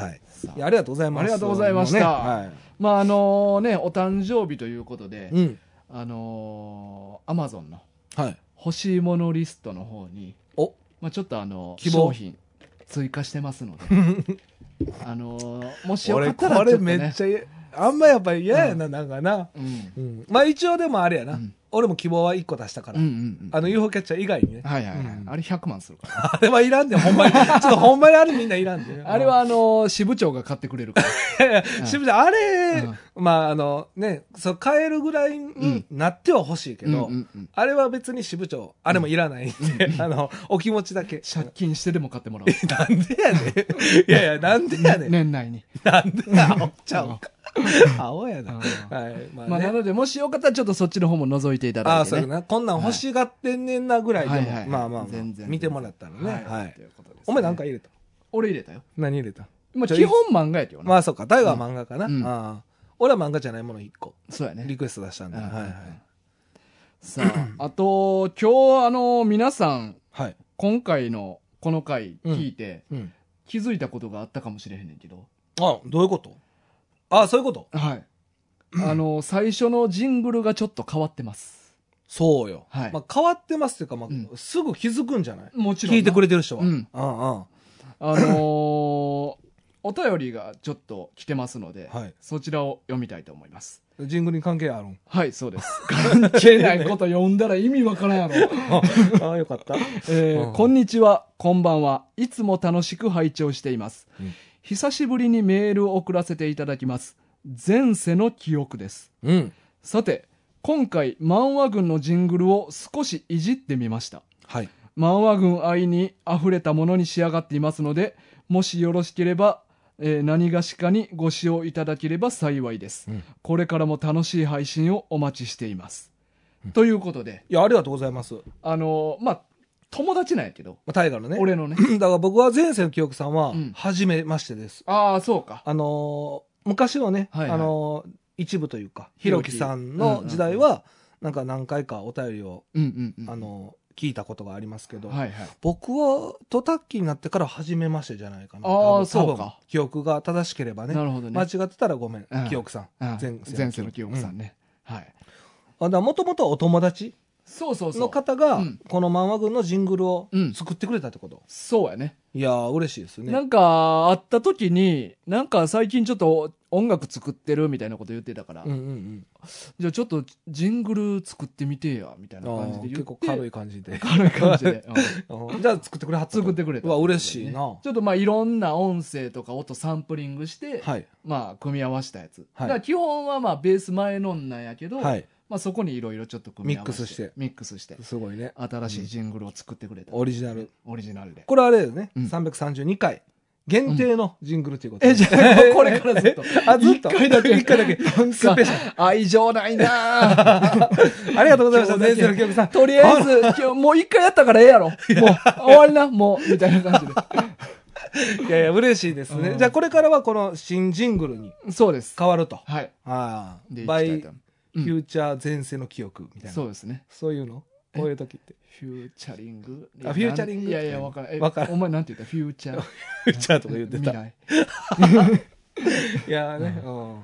Speaker 3: ど。
Speaker 2: はい。
Speaker 3: さ
Speaker 2: いやありがとうございます。
Speaker 3: ありがとうございました
Speaker 2: ねは
Speaker 3: まああのね、お誕生日ということで
Speaker 2: い。、うん。
Speaker 3: あのー、アマゾンの
Speaker 2: はい。
Speaker 3: 欲しいものリストの方に、
Speaker 2: お、
Speaker 3: まあ、ちょっとあの
Speaker 2: 希望
Speaker 3: 商品追加してますの <laughs> であのーもしよか
Speaker 2: 俺、
Speaker 3: ったら
Speaker 2: こ
Speaker 3: ち
Speaker 2: れ
Speaker 3: ょっと、
Speaker 2: めっ
Speaker 3: ね
Speaker 2: ちゃい、あんまやっぱ嫌やな、なんかな。
Speaker 3: うん、
Speaker 2: うん。まあ一応でもあれや
Speaker 3: う。
Speaker 2: なん俺も希望は1個出したか
Speaker 3: う
Speaker 2: ら
Speaker 3: んうんう。ん
Speaker 2: あの UFO キャッチャー以外にね。
Speaker 3: はいはいはい、
Speaker 2: うん
Speaker 3: あれ100万するから
Speaker 2: あれはいらんで、ほん
Speaker 3: <laughs>
Speaker 2: まに。ちょっとほんまにあれみんないらんで。
Speaker 3: あれはあのー支部長が買ってくれるから
Speaker 2: いやいや、渋谷、あれ
Speaker 3: うん、
Speaker 2: まああの、ね、そう、買えるぐらいになっては欲しいけど
Speaker 3: うんうんうん
Speaker 2: あれは別に支部長、あれもいらないんで、あの、お気持ちだけ。 <laughs>
Speaker 3: 借金してでも買ってもらおう
Speaker 2: なんでやねん。いやいや、なんでやねん。
Speaker 3: <laughs> 年内に、
Speaker 2: なんでや、青ちゃうか。青やな。
Speaker 3: うん
Speaker 2: はい。ま
Speaker 3: ま
Speaker 2: あ
Speaker 3: あ、
Speaker 2: ね、
Speaker 3: なのでもしよかったらちょっとそっちの方も覗いていた
Speaker 2: あ
Speaker 3: だ
Speaker 2: あ、
Speaker 3: いて、
Speaker 2: そう
Speaker 3: ね、
Speaker 2: やな。こんなん欲しがってんねんなぐらいでも、
Speaker 3: はいはい
Speaker 2: まあまあ、まあ
Speaker 3: 全然
Speaker 2: 見てもらったらね。はい。
Speaker 3: ということですね
Speaker 2: お前なんか入れた
Speaker 3: 俺入れたよ、
Speaker 2: 何入れた
Speaker 3: まあ、
Speaker 2: ちょ
Speaker 3: 基本漫画やけどな、
Speaker 2: まあそうか、大河は漫画かな。
Speaker 3: うん
Speaker 2: ああ俺は漫画じゃないもの1個。
Speaker 3: そうやね
Speaker 2: リクエスト出したんで。
Speaker 3: う
Speaker 2: は
Speaker 3: ん
Speaker 2: いはい。
Speaker 3: さ <clears throat> ああと今日あのー皆さん
Speaker 2: はい。
Speaker 3: 今回のこの回聞いて、
Speaker 2: うん。
Speaker 3: 気づいたことがあったかもしれへんねんけど、
Speaker 2: あ、どういうことああ、そういうこと
Speaker 3: <clears throat> はい。あの、最初のジングルがちょっと変わってます。
Speaker 2: そうよ。
Speaker 3: はい
Speaker 2: まあ変わってますっていうか、まあ、
Speaker 3: うん
Speaker 2: すぐ気づくんじゃない
Speaker 3: もちろん。
Speaker 2: 聞いてく
Speaker 3: れ。
Speaker 2: れてる人は。
Speaker 3: うん
Speaker 2: う
Speaker 3: <laughs>
Speaker 2: んうん。
Speaker 3: あのーお便りがちょっと来てますので、
Speaker 2: はい
Speaker 3: そちらを読みたいと思います。
Speaker 2: ジングルに関係ある
Speaker 3: <laughs>
Speaker 2: ん
Speaker 3: はい、そうです。関係ないこと読んだら意味わからんやろ。
Speaker 2: ああ、よかった。
Speaker 3: えー
Speaker 2: うん
Speaker 3: こんにちは、こんばんは。いつも楽しく拝聴しています。
Speaker 2: うん
Speaker 3: 久しぶりにメールを送らせていただきます。前世の記憶です。
Speaker 2: うん。
Speaker 3: さて今回漫画軍のジングルを少しいじってみました
Speaker 2: はい。
Speaker 3: 漫画軍愛にあふれたものに仕上がっていますのでもしよろしければ、えー何がしかにご使用いただければ幸いです、
Speaker 2: うん
Speaker 3: これからも楽しい配信をお待ちしています、ということで
Speaker 2: いや、ありがとうございます。ま
Speaker 3: あのーまあ友達なんやけど、
Speaker 2: あ、大河のね。
Speaker 3: 俺のね
Speaker 2: <laughs> だから僕は前世の記憶さんは
Speaker 3: うん、
Speaker 2: 初めましてです。
Speaker 3: ああそうか
Speaker 2: あのー昔のね、
Speaker 3: はいはい
Speaker 2: あのー一部というか、
Speaker 3: ひ
Speaker 2: ひ
Speaker 3: ろ
Speaker 2: ろ
Speaker 3: き
Speaker 2: きさん
Speaker 3: うんう
Speaker 2: の
Speaker 3: ん
Speaker 2: 時代は、なんか何回かお便りを、
Speaker 3: うんうんうん
Speaker 2: あのー聞いたことがありますけど、
Speaker 3: はいはい
Speaker 2: 僕はトタッキーになってから初めましてじゃないかな。
Speaker 3: あー
Speaker 2: 多分
Speaker 3: そうか
Speaker 2: 多分記憶が正しければね。
Speaker 3: なるほどね
Speaker 2: 間違ってたらごめん
Speaker 3: うん、
Speaker 2: 記憶さん。
Speaker 3: あー
Speaker 2: 前世の記憶
Speaker 3: 前世の記憶さんね、はい
Speaker 2: あ、だもともとはお友達
Speaker 3: そうそうそ
Speaker 2: の
Speaker 3: う。
Speaker 2: 方が
Speaker 3: うん、
Speaker 2: この漫画軍のジングルを
Speaker 3: うん
Speaker 2: 作ってくれたってこと。
Speaker 3: そうやね。
Speaker 2: いやー、嬉しいです
Speaker 3: な
Speaker 2: ね。
Speaker 3: んか、会った時に、なんか最近ちょっと音楽作ってるみたいなこと言ってたから、
Speaker 2: うんうんうん。
Speaker 3: じゃあちょっとジングル作ってみてや、みたい
Speaker 2: あ
Speaker 3: な感じ
Speaker 2: ー
Speaker 3: で言って。
Speaker 2: 結構軽い感じで。
Speaker 3: 軽い感じ
Speaker 2: <laughs>
Speaker 3: で。うん
Speaker 2: うんじゃあ作ってくれはったと
Speaker 3: 作ってくれた。
Speaker 2: うわ、嬉しいな。は
Speaker 3: ちょっとまあいろんな音声とか音サンプリングして、
Speaker 2: い。
Speaker 3: まあ組み合わせたやつ。
Speaker 2: はい
Speaker 3: だから基本はまあベース前のんなんやけど、
Speaker 2: はい。
Speaker 3: まあそこにいろいろちょっと組み合わせ
Speaker 2: ミックスして
Speaker 3: ミックスして。
Speaker 2: すごいね。
Speaker 3: 新しいジングルを作ってくれた。
Speaker 2: オリジナル。
Speaker 3: オリジナルで。
Speaker 2: これあれだよね。
Speaker 3: うん
Speaker 2: 332回。限定のジングルという <laughs> ことで。
Speaker 3: え、じゃあこれからずっと。
Speaker 2: あ、ずっと。
Speaker 3: 一回だけ
Speaker 2: 一回だけ。スペシ
Speaker 3: 愛情ないな
Speaker 2: <laughs>
Speaker 3: ぁ
Speaker 2: ャル。ありがとうございました。
Speaker 3: 今日だけ
Speaker 2: 先生の記憶さん。
Speaker 3: とりあえず、今日もう一回やったからええやろ。もう、終わりな、もう、みたいな感
Speaker 2: <laughs>
Speaker 3: じ
Speaker 2: <laughs> いやいや、嬉しいです
Speaker 3: う
Speaker 2: ね。
Speaker 3: ん
Speaker 2: じゃあ、これからはこの新ジングルに
Speaker 3: で。そうです。
Speaker 2: 変わると。
Speaker 3: はい。
Speaker 2: ああ
Speaker 3: で、
Speaker 2: バ
Speaker 3: 行
Speaker 2: イ、
Speaker 3: きたい
Speaker 2: フ
Speaker 3: とうん
Speaker 2: ューチャー前世の記憶みたいな
Speaker 3: そ。うですね。
Speaker 2: そういうのこういう時って。 <laughs>
Speaker 3: フューチャリング。
Speaker 2: あフューチャリング
Speaker 3: いやいや、わからんえ
Speaker 2: わからん
Speaker 3: お前なんて言ったフューチャー。
Speaker 2: フューチャーとか言 <laughs> って
Speaker 3: 未
Speaker 2: た。
Speaker 3: 来。
Speaker 2: いやーね。うん。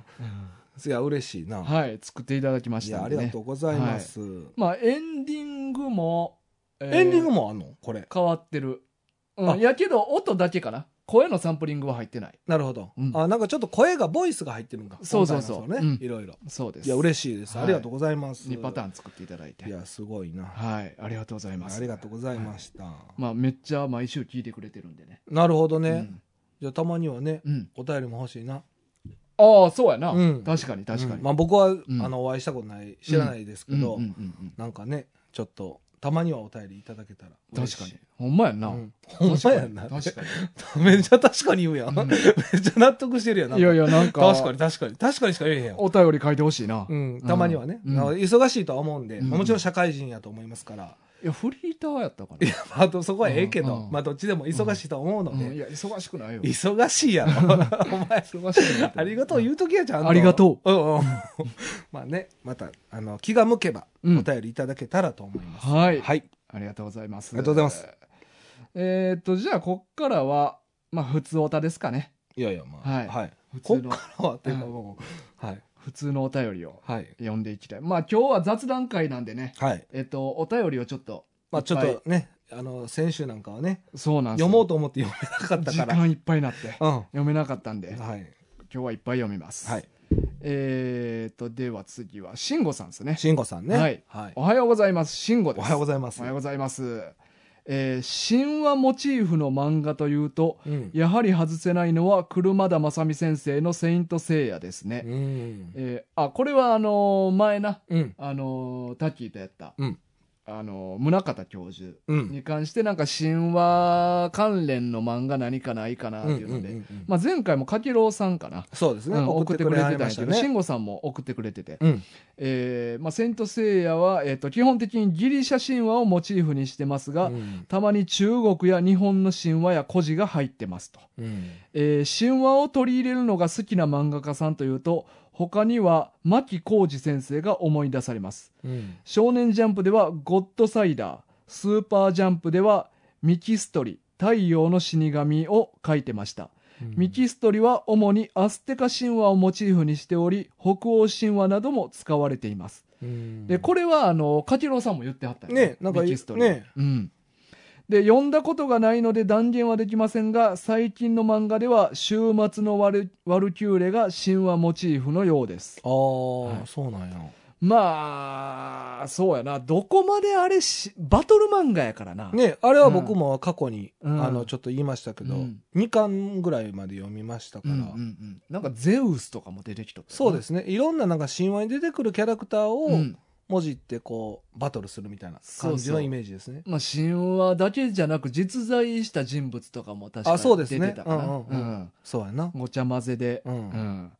Speaker 2: いや、嬉しいな。
Speaker 3: はい、作っていただきま
Speaker 2: い
Speaker 3: したん
Speaker 2: や、あ
Speaker 3: で
Speaker 2: り
Speaker 3: ね。
Speaker 2: がとうございます。
Speaker 3: まあ、エンディングも、えー
Speaker 2: エンディングもあんのこれ。
Speaker 3: 変わってる。
Speaker 2: あ
Speaker 3: うん、やけど、音だけかな。声のサンプリングは入ってない。
Speaker 2: なるほど
Speaker 3: うん。
Speaker 2: あ、なんかちょっと声が、ボイスが入ってるんか。
Speaker 3: そうそうそう
Speaker 2: 今回のやつはね
Speaker 3: うん
Speaker 2: いろいろ。
Speaker 3: そうです。
Speaker 2: いや、嬉しいです。
Speaker 3: はい
Speaker 2: ありがとうございます。
Speaker 3: 2パターン作っていただいて
Speaker 2: い。や、すごいな。
Speaker 3: はい、ありがとうございます。
Speaker 2: ありがとうございました。
Speaker 3: まあ、めっちゃ毎週聞いてくれてるんでね。
Speaker 2: なるほどね。じゃあ、たまにはね、
Speaker 3: うん。うん
Speaker 2: お便りも欲しいな。
Speaker 3: ああ、そうやな。
Speaker 2: うん
Speaker 3: 確かに、確か
Speaker 2: う
Speaker 3: に。
Speaker 2: んまあ、僕は、
Speaker 3: ん
Speaker 2: あの、お会いしたことない、知らないですけど、
Speaker 3: うんうんうん
Speaker 2: なんかね、ちょっと、たまにはお便りいただけたら
Speaker 3: うん
Speaker 2: 嬉し
Speaker 3: 確
Speaker 2: い。
Speaker 3: かに。ほんまやんな。
Speaker 2: うん。ほんまやんな。
Speaker 3: 確か
Speaker 2: <laughs> めっちゃ確かに言うやん。
Speaker 3: うん
Speaker 2: <laughs> めっちゃ納得してるやんな
Speaker 3: に。いやいや、 <laughs> なんか、
Speaker 2: 確かに確かに。確かにしか言えへんやん。
Speaker 3: お便り書いてほしいな。
Speaker 2: う
Speaker 3: い
Speaker 2: ん、たまにはね、
Speaker 3: うん
Speaker 2: あの忙しいとは思うんで、
Speaker 3: うん
Speaker 2: まあもちろん社会人やと思います
Speaker 3: <laughs>
Speaker 2: から、
Speaker 3: や、フリーターやったかな。
Speaker 2: あとそこはええけど、
Speaker 3: うんうん
Speaker 2: まあどっちでも忙しいとは思うので、
Speaker 3: うんいや、忙しくないよ。
Speaker 2: 忙しいやろ。お前、
Speaker 3: 忙しくないけ
Speaker 2: <laughs>
Speaker 3: ど。
Speaker 2: ありがとう言うときやちゃんと。
Speaker 3: ありがと
Speaker 2: う。んうん <laughs> まあね、また、あの、気が向けば、お
Speaker 3: うん
Speaker 2: 便りいただけたらと思います。
Speaker 3: はい
Speaker 2: はい。
Speaker 3: ありがとうございます。
Speaker 2: ありがとうございます。
Speaker 3: えーっと、じゃあ、こっからは、まあ、普通オタですかね。
Speaker 2: いやいや、まあ、
Speaker 3: はい
Speaker 2: はい。
Speaker 3: 普
Speaker 2: こ
Speaker 3: 通
Speaker 2: っ
Speaker 3: の、
Speaker 2: からはっていうかもう、はい。
Speaker 3: 普通のお便りを
Speaker 2: はい。
Speaker 3: 読んでいきたい。まあ、今日は雑談会なんでね、
Speaker 2: はい。
Speaker 3: えっと、お便りをちょっと、
Speaker 2: まあちょっ
Speaker 3: いっぱ
Speaker 2: とね、あの、先週なんかはね、
Speaker 3: いそうなんですよ
Speaker 2: 読もうと思って読めなかった
Speaker 3: 時
Speaker 2: から。
Speaker 3: 間いっぱいになって、
Speaker 2: うん。
Speaker 3: 読めなかったんで、今
Speaker 2: はい。
Speaker 3: 日はいっぱい読みます。
Speaker 2: はい。
Speaker 3: えーっと、では次は、慎吾さんですね。
Speaker 2: 慎吾さんね。
Speaker 3: はい
Speaker 2: はい
Speaker 3: お。はようございます。慎吾で
Speaker 2: お
Speaker 3: す。
Speaker 2: はようございます。
Speaker 3: おはようございます。えー神話モチーフの漫画というと、
Speaker 2: うん。
Speaker 3: やはり外せないのは車田正美先生の「セイント・セイヤ」ですね。
Speaker 2: うん。
Speaker 3: えーあこれはあのー前な、
Speaker 2: うん。
Speaker 3: あのータッキーとやった、
Speaker 2: うん
Speaker 3: あのー宗方教授
Speaker 2: うん。
Speaker 3: に関してなんか神話関連の漫画何かないかなっていうので、
Speaker 2: うん
Speaker 3: まあ、前回もかけろうさんかな、
Speaker 2: そうですね。
Speaker 3: うん送ってくれてたんや
Speaker 2: まし
Speaker 3: け
Speaker 2: た
Speaker 3: ど慎
Speaker 2: ね。
Speaker 3: 吾さんも送ってくれてて、
Speaker 2: うん。
Speaker 3: えーまあ、セイント・セイヤは、えー、と基本的にギリシャ神話をモチーフにしてますが、
Speaker 2: うん
Speaker 3: たまに中国や日本の神話や故事が入ってますと。
Speaker 2: うん。
Speaker 3: えー神話を取り入れるのが好きな漫画家さんというと他には牧浩二先生が思い出されます
Speaker 2: うん。
Speaker 3: 「少年ジャンプ」では「ゴッドサイダー」「スーパージャンプ」では「ミキストリ」「太陽の死神」を書いてました、ミキストリは主にアステカ神話をモチーフにしており北欧神話なども使われています
Speaker 2: うん
Speaker 3: で、これは、あの、かきろうさんも言ってはったよ
Speaker 2: ねなんか
Speaker 3: ミキストリー
Speaker 2: ね
Speaker 3: うん。で、読んだことがないので断言はできませんが、最近の漫画では、週末のワルワルキューレが神話モチーフのようです。
Speaker 2: あ
Speaker 3: は
Speaker 2: あ、
Speaker 3: い
Speaker 2: そうなんや。
Speaker 3: まあ、そうやな。どこまであれし、バトル漫画やからな。
Speaker 2: ねあれは僕も過去に、
Speaker 3: うん
Speaker 2: あの、ちょっと言いましたけど
Speaker 3: うん、
Speaker 2: 2巻ぐらいまで読みました
Speaker 3: う
Speaker 2: か
Speaker 3: んうん
Speaker 2: ら
Speaker 3: う。ん。なんかゼウスとかも出てきとったよな。
Speaker 2: そうですね。いろんななんか神話に出てくるキャラクター
Speaker 3: う
Speaker 2: を
Speaker 3: ん。
Speaker 2: 文字ってこう、バトルするみたいな感じ
Speaker 3: そうそ
Speaker 2: の
Speaker 3: う
Speaker 2: イメージですね。
Speaker 3: まあ、神話だけじゃなく、実在した人物とかも確か
Speaker 2: あそう
Speaker 3: に
Speaker 2: で
Speaker 3: 出
Speaker 2: す
Speaker 3: て
Speaker 2: ね
Speaker 3: たかな。
Speaker 2: うんうんうんそうやな。
Speaker 3: ごちゃ混ぜで。
Speaker 2: うん
Speaker 3: うん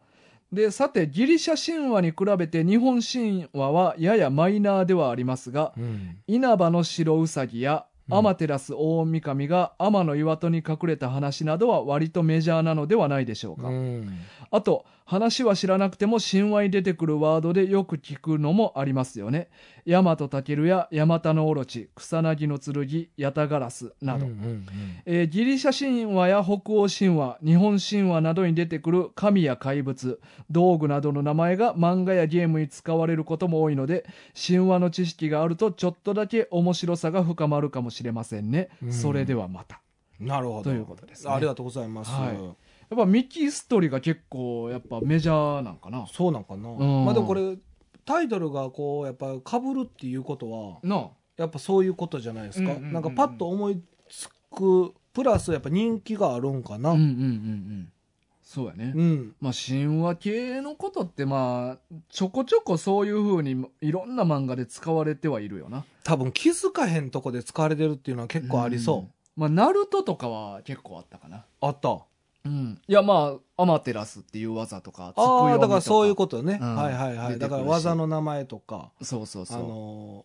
Speaker 3: で、さて、ギリシャ神話に比べて日本神話はややマイナーではありますが、
Speaker 2: うん。
Speaker 3: 稲葉の白うさぎや
Speaker 2: うん
Speaker 3: 天照大御神が天の岩戸に隠れた話などは割とメジャーなのではないでしょうか。
Speaker 2: うん
Speaker 3: あと、話は知らなくても神話に出てくるワードでよく聞くのもありますよね。ヤマトタケルやヤマタノオロチ、草薙の剣、ヤタガラスなど。
Speaker 2: うんうん
Speaker 3: えーギリシャ神話や北欧神話、日本神話などに出てくる神や怪物、道具などの名前が漫画やゲームに使われることも多いので、神話の知識があるとちょっとだけ面白さが深まるかもしれませんね。
Speaker 2: うん
Speaker 3: それではまた。
Speaker 2: うんなるほど
Speaker 3: ということですね
Speaker 2: ありがとうございます、
Speaker 3: はやっぱミキストリが結構やっぱメジャーなんかな。
Speaker 2: そうなんかな、
Speaker 3: うん
Speaker 2: まあでもこれタイトルがこうやっぱかぶるっていうことは
Speaker 3: なあ
Speaker 2: やっぱそういうことじゃないですか、
Speaker 3: うんうんうんうん
Speaker 2: なんかパッと思いつくプラスやっぱ人気があるんかな
Speaker 3: うんうんうんうんそうやね、
Speaker 2: うん
Speaker 3: まあ神話系のことってまあちょこちょこそういうふうにいろんな漫画で使われてはいるよな
Speaker 2: 多分気づかへんとこで使われてるっていうのは結構ありそう、
Speaker 3: んまあナルトとかは結構あったかな
Speaker 2: あった
Speaker 3: うんいやまあアマテラスっていう技とか
Speaker 2: ああだからそういう
Speaker 3: こ
Speaker 2: ことね、
Speaker 3: うん
Speaker 2: はいはいはい
Speaker 3: 出てくるし
Speaker 2: だから技の名前とか
Speaker 3: とそうそうそ
Speaker 2: あ
Speaker 3: う、
Speaker 2: の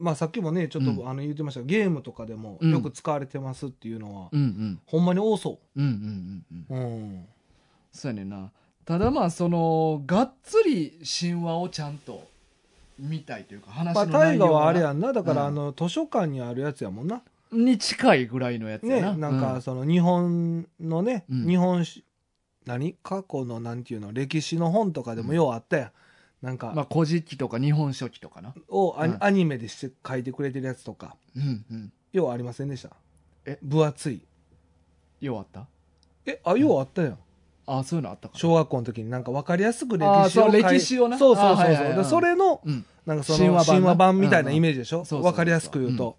Speaker 2: ーまあさっきもねちょっと、
Speaker 3: うん
Speaker 2: あの言ってましたけどゲームとかでも
Speaker 3: うん
Speaker 2: よく使われてますっていうのは、
Speaker 3: うんうん
Speaker 2: ほんまに多そ
Speaker 3: うんうんうんうん
Speaker 2: ううん
Speaker 3: そうやねんなただまあそのがっつり神話をちゃんと見たいというか話
Speaker 2: ま
Speaker 3: の
Speaker 2: あ
Speaker 3: 内
Speaker 2: 大
Speaker 3: 容
Speaker 2: 河
Speaker 3: が
Speaker 2: はあれやんなだから、
Speaker 3: うん
Speaker 2: あの図書館にあるやつやもんな
Speaker 3: に近いぐらいのやつ
Speaker 2: ね
Speaker 3: やな、
Speaker 2: なん
Speaker 3: う
Speaker 2: かその日本のね、
Speaker 3: うん
Speaker 2: 日本史何過去のなんていうの歴史の本とかで
Speaker 3: う
Speaker 2: も
Speaker 3: ん
Speaker 2: ようあったやんなんか、
Speaker 3: まあ、古事記とか日本書紀とかな。
Speaker 2: をア,、
Speaker 3: うん
Speaker 2: アニメでして書いてくれてるやつとか
Speaker 3: うんうん。
Speaker 2: ようありませんでした
Speaker 3: え
Speaker 2: 分厚い
Speaker 3: ようあった
Speaker 2: えあようあったやん
Speaker 3: あそういうのあったか
Speaker 2: 小学校の時になんか分かりやすく歴
Speaker 3: あー
Speaker 2: 史を
Speaker 3: そう
Speaker 2: 書い
Speaker 3: 歴史をな
Speaker 2: そうそうそうそう、
Speaker 3: あーはいはいはい
Speaker 2: でそれの
Speaker 3: うん。
Speaker 2: なんかその
Speaker 3: 神
Speaker 2: 神話
Speaker 3: 話版な
Speaker 2: 版みたいなイメージでしょ、
Speaker 3: うんうんそうそうそう
Speaker 2: 分かりやすく言うと、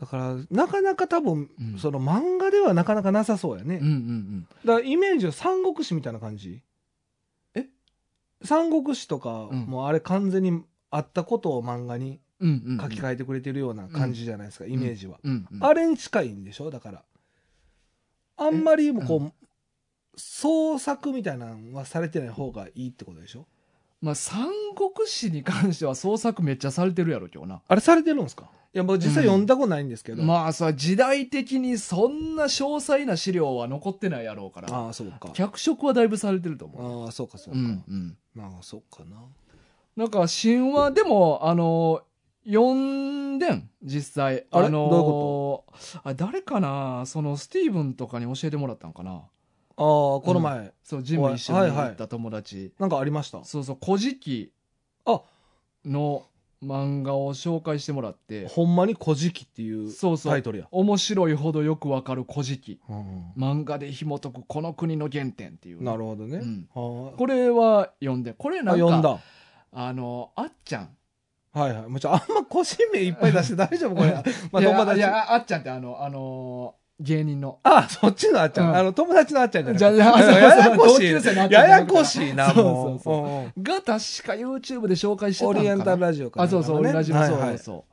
Speaker 2: だからなかなか多分、
Speaker 3: うん
Speaker 2: その漫画ではなかなかなさそうやね、
Speaker 3: うんうんうん。
Speaker 2: だからイメージは三国志みたいな感じ
Speaker 3: え
Speaker 2: 三国志とか、もうあれ完全にあったことを漫画に
Speaker 3: うんうんう
Speaker 2: 書
Speaker 3: ん。
Speaker 2: き換えてくれてるような感じじゃないですか、イメージは、
Speaker 3: うんうん。
Speaker 2: あれに近いんでしょだからあんまりもうこう、
Speaker 3: う
Speaker 2: 創作みたいなのはされてない方がいいってことでしょ
Speaker 3: まあ、三国志に関しては創作めっちゃされてるやろ、今日な。
Speaker 2: あれされてるんですかいやもう実際読んだことないんですけど、
Speaker 3: まあさ、時代的にそんな詳細な資料は残ってないやろうから、
Speaker 2: ああそうか
Speaker 3: 脚色はだいぶされてると思う。
Speaker 2: ああそうかそう
Speaker 3: う
Speaker 2: か、
Speaker 3: んうん。
Speaker 2: まあそうかな
Speaker 3: なんか神話でも、あの、読んでん、実際。
Speaker 2: あれ
Speaker 3: の
Speaker 2: どういう
Speaker 3: あ誰かなその、スティーブンとかに教えてもらったんかな
Speaker 2: ああこの前、
Speaker 3: そう、ジム一緒に行った友達。
Speaker 2: なんかありました
Speaker 3: そうそう、古事記
Speaker 2: あ
Speaker 3: の漫画を紹介してもらって、
Speaker 2: ほんまに「古事記」っていう
Speaker 3: そうそ
Speaker 2: タイ
Speaker 3: う、
Speaker 2: トルや
Speaker 3: 面白いほどよくわかる古事記。
Speaker 2: うん
Speaker 3: 漫画で紐解くこの国の原点っていう。
Speaker 2: なるほどね、
Speaker 3: うん
Speaker 2: はあ
Speaker 3: これは読んで、これ
Speaker 2: あ
Speaker 3: なん
Speaker 2: 読ん
Speaker 3: か、
Speaker 2: だ
Speaker 3: あの、あっちゃん。
Speaker 2: はいはいもうちょあんま腰名いっぱい出して大丈夫こ
Speaker 3: <laughs>
Speaker 2: れまあ
Speaker 3: いや
Speaker 2: 友達
Speaker 3: いや、ああっちゃんってあの、あの、芸人の。
Speaker 2: あそっちのあっちゃん、
Speaker 3: うん
Speaker 2: あの友達のあっちゃんじゃなく
Speaker 3: じゃじゃ
Speaker 2: あ
Speaker 3: そうそう
Speaker 2: ややこし
Speaker 3: 同級生のあっ
Speaker 2: いや
Speaker 3: ちゃんじゃな
Speaker 2: や
Speaker 3: くて
Speaker 2: こしいなもう
Speaker 3: そうそう
Speaker 2: うん
Speaker 3: が確か YouTube で紹介してた
Speaker 2: オ
Speaker 3: のかな
Speaker 2: リエンタルラジオから
Speaker 3: あ、そうそう、オリラジも
Speaker 2: は
Speaker 3: そ
Speaker 2: いうは
Speaker 3: そう
Speaker 2: い
Speaker 3: そ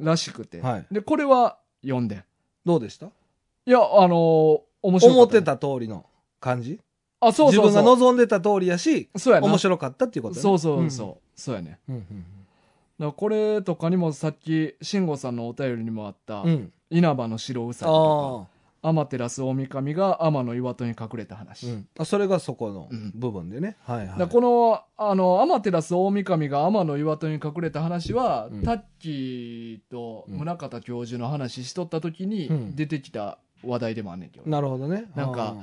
Speaker 3: う。らしくて
Speaker 2: はい。
Speaker 3: で、これは読んでん。
Speaker 2: どうでした
Speaker 3: いや、あの、面白い。
Speaker 2: 思って。た通りの感じ
Speaker 3: あ、そう
Speaker 2: 自
Speaker 3: そう
Speaker 2: 分
Speaker 3: そ
Speaker 2: が
Speaker 3: う。
Speaker 2: 望んでた通りやし
Speaker 3: そうやな。
Speaker 2: 面白かったっていうことね
Speaker 3: そうそうそう。そうやね。だか
Speaker 2: うんうん
Speaker 3: らこれとかにもさっき、慎吾さんのお便りにもあった、
Speaker 2: うんうん
Speaker 3: 稲葉の白うさぎと
Speaker 2: あ
Speaker 3: か、天照大神が天の岩戸に隠れた
Speaker 2: あ、
Speaker 3: 話。
Speaker 2: うん、あそれがそこの
Speaker 3: うん
Speaker 2: 部分でね、はいは
Speaker 3: だから
Speaker 2: い
Speaker 3: この、あの、天照大神が天の岩戸に隠れた話は、
Speaker 2: うん
Speaker 3: タッキーと宗方教授の話しとった時
Speaker 2: う
Speaker 3: に
Speaker 2: ん
Speaker 3: 出てきた話題でもあんねんけど、
Speaker 2: なるほどね
Speaker 3: なんか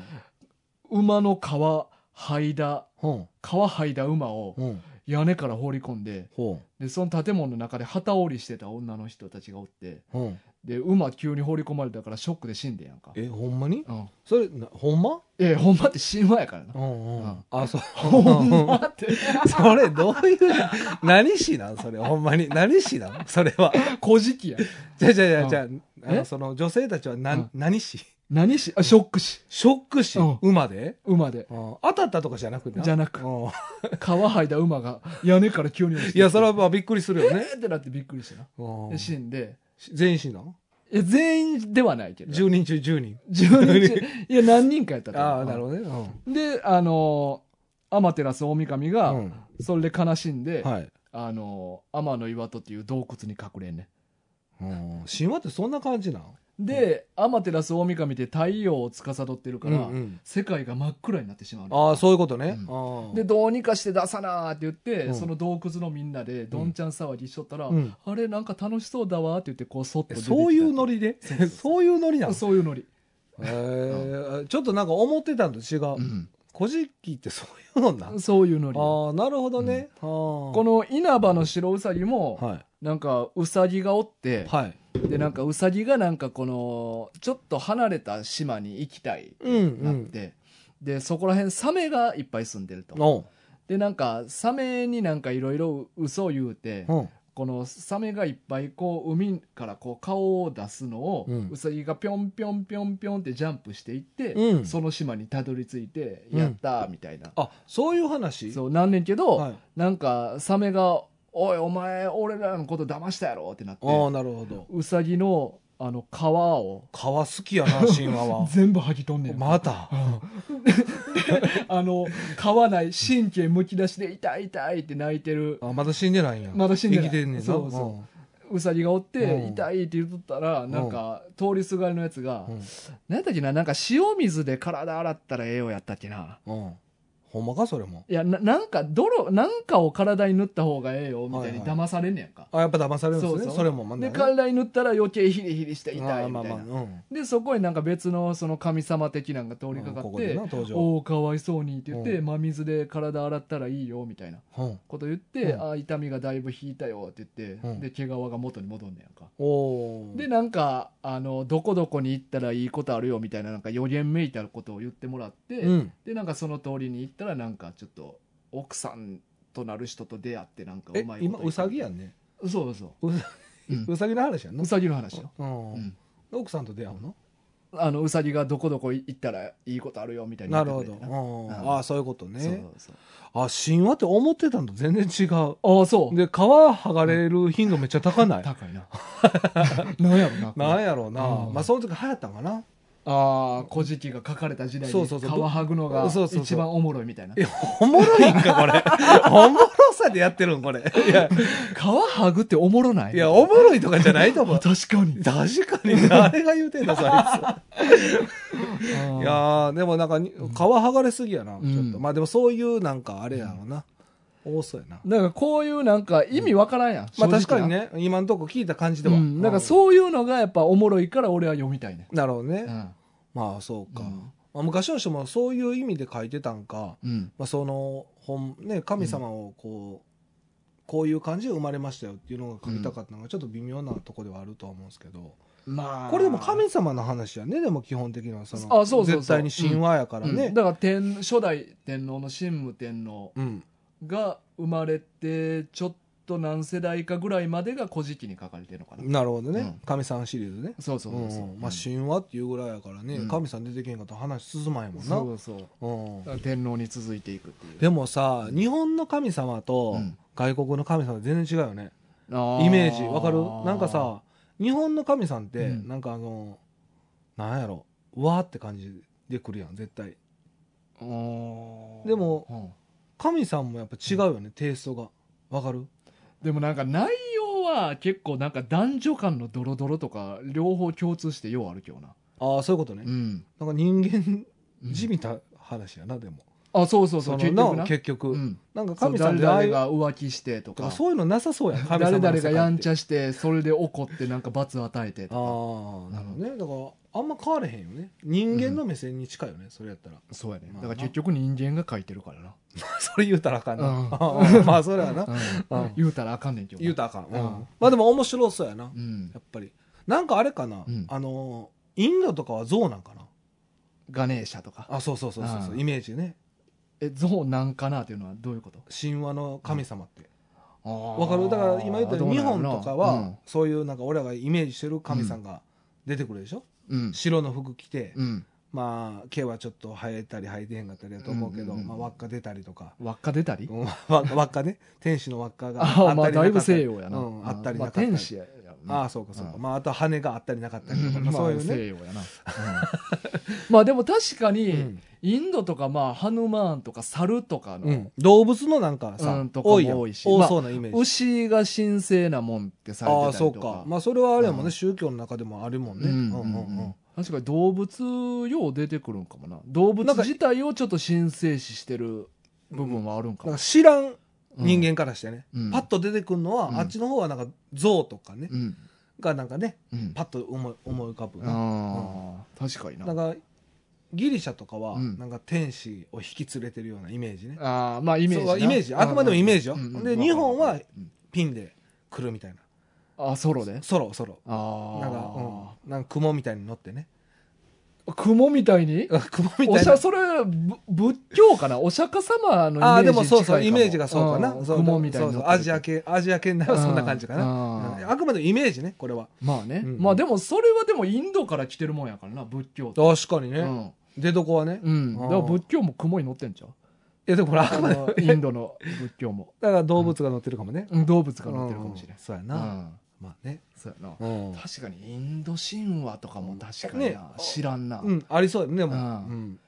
Speaker 3: 馬の皮、剥いだ、
Speaker 2: うん
Speaker 3: 皮剥いだ馬を
Speaker 2: うん
Speaker 3: 屋根から放り込んで、
Speaker 2: ほ
Speaker 3: でその建物の中で旗織りしてた女の人たちがおって
Speaker 2: ううん
Speaker 3: で馬急に放り込まれたからショックで死んでんやんか
Speaker 2: えほんまに
Speaker 3: うん
Speaker 2: それなほんま
Speaker 3: えほんまって神話やから
Speaker 2: <laughs>
Speaker 3: な
Speaker 2: うんうんあそう
Speaker 3: ほんま <laughs> って
Speaker 2: それどういう何しなんそれほんまに何しなんそれは
Speaker 3: 古事記や
Speaker 2: じゃじゃじゃじゃあ
Speaker 3: え
Speaker 2: のその女性たちはな、
Speaker 3: うん
Speaker 2: 何し
Speaker 3: 何しあショックし
Speaker 2: ショックし、
Speaker 3: うん
Speaker 2: 馬で、
Speaker 3: 馬で
Speaker 2: うん当たったとかじゃなくて
Speaker 3: じゃなく
Speaker 2: うん
Speaker 3: 皮剥いだ馬が屋根から急に落ちてきて
Speaker 2: いやそれはまあびっくりするよね
Speaker 3: えーってなってびっくりしてな
Speaker 2: う
Speaker 3: で
Speaker 2: ん
Speaker 3: 死んで
Speaker 2: 全員死なん
Speaker 3: いや全員ではないけど
Speaker 2: 10人中10人
Speaker 3: 10人中いや何人かやったと思う
Speaker 2: ああなるほどねうん
Speaker 3: であのー天照大神が、
Speaker 2: うん
Speaker 3: それで悲しんで、
Speaker 2: はい
Speaker 3: あの天の岩戸っていう洞窟に隠れんね
Speaker 2: うん神話ってそんな感じなん
Speaker 3: で、天照大神って太陽を司ってるから、
Speaker 2: うんうん
Speaker 3: 世界が真っ暗になってしまうの
Speaker 2: ああそういうことね、
Speaker 3: う
Speaker 2: ああ
Speaker 3: でどうにかして出さなーって言って、
Speaker 2: うん
Speaker 3: その洞窟のみんなでどんちゃん騒ぎしとったら、
Speaker 2: うん
Speaker 3: あれなんか楽しそうだわーって言ってこうそっと
Speaker 2: え
Speaker 3: 出てきた
Speaker 2: そういうノリで
Speaker 3: そうそう
Speaker 2: そういうノリなの
Speaker 3: そういうノリ、
Speaker 2: えーちょっとなんか思ってたんと違う、古事記ってそういうのなん
Speaker 3: そういうノリこ
Speaker 2: ああなるほどね、あー
Speaker 3: の稲葉の白うさぎも、
Speaker 2: は
Speaker 3: なんかうさぎがおって
Speaker 2: い、はい
Speaker 3: でなんかうさぎがなんかこのちょっと離れた島に行きたい
Speaker 2: うんう
Speaker 3: なっ
Speaker 2: ん
Speaker 3: て、でそこら辺サメがいっぱい住んでると
Speaker 2: おう
Speaker 3: でなんかサメになんかいろいろ嘘を言うて、
Speaker 2: うん
Speaker 3: このサメがいっぱいこう海からこう顔を出すのを、
Speaker 2: う
Speaker 3: うんさぎがぴょんぴょんぴょんぴょんってジャンプしていって、
Speaker 2: うん
Speaker 3: その島にたどり着いて
Speaker 2: うん
Speaker 3: やったーみたいな、
Speaker 2: あそういう話
Speaker 3: そうなんねんけど、
Speaker 2: はい、
Speaker 3: なんかサメが「おいお前俺らのこと騙したやろ」ってなって
Speaker 2: ああなるほど
Speaker 3: うさぎのあの皮を
Speaker 2: 皮好きやな
Speaker 3: <laughs>
Speaker 2: 神話は
Speaker 3: 全部剥ぎ取んねん、
Speaker 2: また
Speaker 3: あの皮ない神経むき出しで痛い痛いって泣いてる
Speaker 2: あまだ死んでないんや
Speaker 3: まだ死んでない
Speaker 2: 生きてんねんな
Speaker 3: そうそううさぎがおって、
Speaker 2: うん
Speaker 3: 痛いって言っとったらなんか通りすがりのやつが、
Speaker 2: うん
Speaker 3: 何やったっけななんか塩水で体洗ったらええよやったっけな
Speaker 2: うんうんほんまかそれも
Speaker 3: いやななんか泥なんかを体に塗った方がええよみたいに
Speaker 2: はいはい
Speaker 3: 騙されんねやんか、
Speaker 2: あやっぱ騙されるんですね
Speaker 3: そ
Speaker 2: そう
Speaker 3: そう
Speaker 2: れもまだね
Speaker 3: で体に塗ったら余計ヒリヒリして痛いみたいな、
Speaker 2: あーまあまあうん
Speaker 3: でそこになんか別のその神様的なんか通りかか
Speaker 2: うんこ
Speaker 3: っ
Speaker 2: こで
Speaker 3: て
Speaker 2: な登
Speaker 3: 「
Speaker 2: 場
Speaker 3: おおかわいそうに」って言って、
Speaker 2: うん
Speaker 3: 真水で体洗ったらいいよみたいな
Speaker 2: うん
Speaker 3: こと言って「
Speaker 2: うん
Speaker 3: あー痛みがだいぶ引いたよ」って言って、
Speaker 2: うん
Speaker 3: で毛皮が元に戻んねやんか
Speaker 2: おー
Speaker 3: でなんかあのどこどこに行ったらいいことあるよみたいななんか予言めいたことを言ってもらって、
Speaker 2: うん
Speaker 3: でなんかその通りに行ったらなんかちょっと奥さんとなる人と出会ってなんか
Speaker 2: え
Speaker 3: うまいこ
Speaker 2: 今
Speaker 3: と
Speaker 2: うさぎやんね
Speaker 3: そうそうそうう、うん
Speaker 2: うさぎの話やんな
Speaker 3: うさぎの話よ、
Speaker 2: うん
Speaker 3: うん
Speaker 2: 奥さんと出会うの
Speaker 3: あのうさぎがどこどこ行ったらいいことあるよみたいな
Speaker 2: なるほどうん
Speaker 3: うん
Speaker 2: ああそういうこと
Speaker 3: そう
Speaker 2: ね
Speaker 3: そう
Speaker 2: あ神話って思ってたのと全然違う
Speaker 3: ああそう
Speaker 2: で皮剥がれる頻度めっちゃ高ない
Speaker 3: 高いななんやろな
Speaker 2: <laughs> なんやろうな、
Speaker 3: うん
Speaker 2: まあその時流行ったんかな
Speaker 3: ああ古事記が書かれた時代
Speaker 2: そ
Speaker 3: に
Speaker 2: う
Speaker 3: 皮
Speaker 2: そうそう
Speaker 3: 剥ぐのが
Speaker 2: そうそうそう
Speaker 3: 一番おもろいみたいな
Speaker 2: えおもろいんかこれ <laughs> おもろさでやってるんこれいや
Speaker 3: 皮剥ぐっておもろない
Speaker 2: いやおもろいとかじゃないと思う
Speaker 3: 確かに
Speaker 2: 確かに誰が言うてんだそいつい
Speaker 3: い
Speaker 2: やーでもなんかに皮剥がれすぎやな、
Speaker 3: うん
Speaker 2: ちょっとまあでもそういうなんかあれやろうな、多そうやな
Speaker 3: なんかこういうなんか意味わからんやん、
Speaker 2: まあ
Speaker 3: 正直な
Speaker 2: 確かにね今のとこ聞いた感じでは、
Speaker 3: うんなんかそういうのがやっぱおもろいから俺は読みたいね
Speaker 2: うんなるほどね、
Speaker 3: うん
Speaker 2: まあそうか、
Speaker 3: うん
Speaker 2: まあ、昔の人もそういう意味で書いてたんか、
Speaker 3: うん
Speaker 2: まあ、その本、ね、神様をこう、こういう感じで生まれましたよっていうのが書きたかったのがちょっと微妙なとこではあるとは思うんですけど、
Speaker 3: まあ
Speaker 2: これでも神様の話やねでも基本的にはその
Speaker 3: あそうそうそう
Speaker 2: 絶対に神話やから
Speaker 3: うん
Speaker 2: ね。
Speaker 3: だから天初代天皇の神武天皇
Speaker 2: うん
Speaker 3: が生まれてちょっと何世代かぐらいまでが古事記に書かれてるのかな、
Speaker 2: なるほどね、
Speaker 3: うん
Speaker 2: 神さんシリーズね。
Speaker 3: そうそうそうそう、
Speaker 2: うんまあ、神話っていうぐらいやからね、
Speaker 3: うん
Speaker 2: 神さん出てけんかったら話進まへんもんな。
Speaker 3: そうそうだ
Speaker 2: うん
Speaker 3: から天皇に続いていくっていう
Speaker 2: でもさ日本の神様と
Speaker 3: うん
Speaker 2: 外国の神様全然違うよね。
Speaker 3: あ
Speaker 2: イメージわかるなんかさ日本の神さんって、
Speaker 3: うん
Speaker 2: なんかあのなんやろうわーって感じで来るやん絶対
Speaker 3: でも
Speaker 2: でも神さんもやっぱ違うよね、テイストがわかる
Speaker 3: でもなんか内容は結構なんか男女間のドロドロとか両方共通してようあるけどな。
Speaker 2: ああそういうことね、
Speaker 3: ん。
Speaker 2: なんか人間じみた話やなでも、
Speaker 3: あ、そうそうそう。
Speaker 2: そ
Speaker 3: 結
Speaker 2: の
Speaker 3: 局
Speaker 2: な
Speaker 3: な。
Speaker 2: 結局、
Speaker 3: うん。
Speaker 2: なんか神
Speaker 3: 神
Speaker 2: さん
Speaker 3: 誰
Speaker 2: ってああ
Speaker 3: 々
Speaker 2: いう
Speaker 3: が浮気してと
Speaker 2: とか
Speaker 3: か、
Speaker 2: そういうのなさそうやん神様の
Speaker 3: 誰
Speaker 2: 世界
Speaker 3: 々
Speaker 2: って
Speaker 3: がやんちゃして、それで怒ってなんか罰与えて
Speaker 2: あ
Speaker 3: と
Speaker 2: あ
Speaker 3: か。
Speaker 2: なるほどねだからあんま変われへんよね人間の目線に近いよね、それやったら
Speaker 3: そうやね。
Speaker 2: ま
Speaker 3: だ
Speaker 2: あな
Speaker 3: から結局人間が書いてるからな。
Speaker 2: <laughs> それ言うたらあかんな、
Speaker 3: うん
Speaker 2: <laughs> まあそれはな
Speaker 3: うん
Speaker 2: うん
Speaker 3: 言うたらあかんねんけど。
Speaker 2: 言うたらあかん、うん
Speaker 3: うん
Speaker 2: まあでも面白そうやな、
Speaker 3: うん
Speaker 2: や。っぱりなんかあれかな、
Speaker 3: うん
Speaker 2: あのインドとかは象なんかな
Speaker 3: ガネーシャとか。
Speaker 2: あそうそうそうそうそう
Speaker 3: うん
Speaker 2: イメージね
Speaker 3: え、ゾウなんかなっていうのはどういうこと
Speaker 2: 神話の神様ってわ
Speaker 3: わ
Speaker 2: かるだから今言ったように日本とかは、、そういうなんか俺らがイメージしてる神さんが出てくるでしょ、
Speaker 3: うん。
Speaker 2: 白の服着て、
Speaker 3: うん。
Speaker 2: まあ毛はちょっと生えたり生えてへんかったりだと思うけど、
Speaker 3: うんうんうん
Speaker 2: まあ、輪っか出たりとか、
Speaker 3: 輪っか出たり
Speaker 2: うんわ輪っかね天使の輪っかが
Speaker 3: <laughs> ああ、まあ、
Speaker 2: な
Speaker 3: だ
Speaker 2: か
Speaker 3: い
Speaker 2: った
Speaker 3: ぶ
Speaker 2: り
Speaker 3: 西洋やな。
Speaker 2: うんあったり
Speaker 3: ま
Speaker 2: な
Speaker 3: あ、
Speaker 2: かったり、
Speaker 3: 天使やろうね。
Speaker 2: ああそうかそうか、
Speaker 3: うん
Speaker 2: まああとは羽があったりなかったりとか、ま
Speaker 3: まあ
Speaker 2: あ、そういうね、
Speaker 3: 西洋
Speaker 2: <laughs>
Speaker 3: やな。うんまあでも確かに、
Speaker 2: うん
Speaker 3: インドとかまあハヌマーンとか猿とかの、
Speaker 2: うん動物のなんかさ、
Speaker 3: うんとかも
Speaker 2: 多いやん
Speaker 3: 多いし
Speaker 2: 多そうなイメージ、
Speaker 3: 牛が神聖なもんってされて
Speaker 2: あ
Speaker 3: た
Speaker 2: あ
Speaker 3: り
Speaker 2: そう
Speaker 3: と
Speaker 2: か
Speaker 3: か。
Speaker 2: まあそれはあれやもんね、
Speaker 3: うん
Speaker 2: 宗教の中でもあるもんね、
Speaker 3: うん
Speaker 2: うんうんうん
Speaker 3: 確かに動物よう出てくるんかもな動物
Speaker 2: なんか
Speaker 3: 自体をちょっと神聖視してる部分はあるんか
Speaker 2: なん
Speaker 3: も
Speaker 2: か知らん
Speaker 3: うん
Speaker 2: 人間からしてね、
Speaker 3: うん
Speaker 2: パッと出てくるのは、
Speaker 3: うん
Speaker 2: あっちの方はなんか象とかね、
Speaker 3: うん
Speaker 2: がなんかね
Speaker 3: うん
Speaker 2: パッと思い思い浮かぶな,、
Speaker 3: あー確かにな
Speaker 2: なんかギリシャとかは、
Speaker 3: うん
Speaker 2: なんか天使を引き連れてるようなイメージね
Speaker 3: あーまあイメージ
Speaker 2: そ
Speaker 3: な
Speaker 2: うイメージあくまでもイメージよ
Speaker 3: うんうん
Speaker 2: で日本は
Speaker 3: うん
Speaker 2: ピンで来るみたいな
Speaker 3: あソロで
Speaker 2: ソロソロ
Speaker 3: あ
Speaker 2: なんか、
Speaker 3: あ
Speaker 2: うん、なんか雲みたいに乗って <laughs> ね
Speaker 3: 雲みたいに
Speaker 2: 雲み
Speaker 3: お
Speaker 2: たい
Speaker 3: しゃ
Speaker 2: な
Speaker 3: それぶ仏教かなお釈迦様のイメージに近いかも
Speaker 2: ああでもそうそうイメージがそうかな、
Speaker 3: ん
Speaker 2: そう
Speaker 3: 雲みたいに
Speaker 2: そ
Speaker 3: 乗
Speaker 2: う
Speaker 3: っ
Speaker 2: そう
Speaker 3: てる
Speaker 2: アジア系アジア系ならそんな感じかな
Speaker 3: うん
Speaker 2: うんあくまでもイメージねこれは
Speaker 3: まあね、
Speaker 2: うん
Speaker 3: まあでもそれはでもインドから来てるもんやからな仏教って
Speaker 2: 確かにね、
Speaker 3: うん
Speaker 2: 出どこはね、
Speaker 3: う
Speaker 2: い
Speaker 3: ん、だから仏教も雲に乗ってんじゃん
Speaker 2: やでもこれあ
Speaker 3: あ
Speaker 2: くまでも
Speaker 3: のインドの仏教も
Speaker 2: だから動物が乗ってるかもね、
Speaker 3: うん動物が乗ってるかもしれ
Speaker 2: うんん、そうや
Speaker 3: う
Speaker 2: な、
Speaker 3: ん、
Speaker 2: まあね、
Speaker 3: そうやな
Speaker 2: うん
Speaker 3: 確かにインド神話とかも確かに
Speaker 2: ね
Speaker 3: な知らんな、
Speaker 2: うん、ありそうやねでも、
Speaker 3: う
Speaker 2: うんん、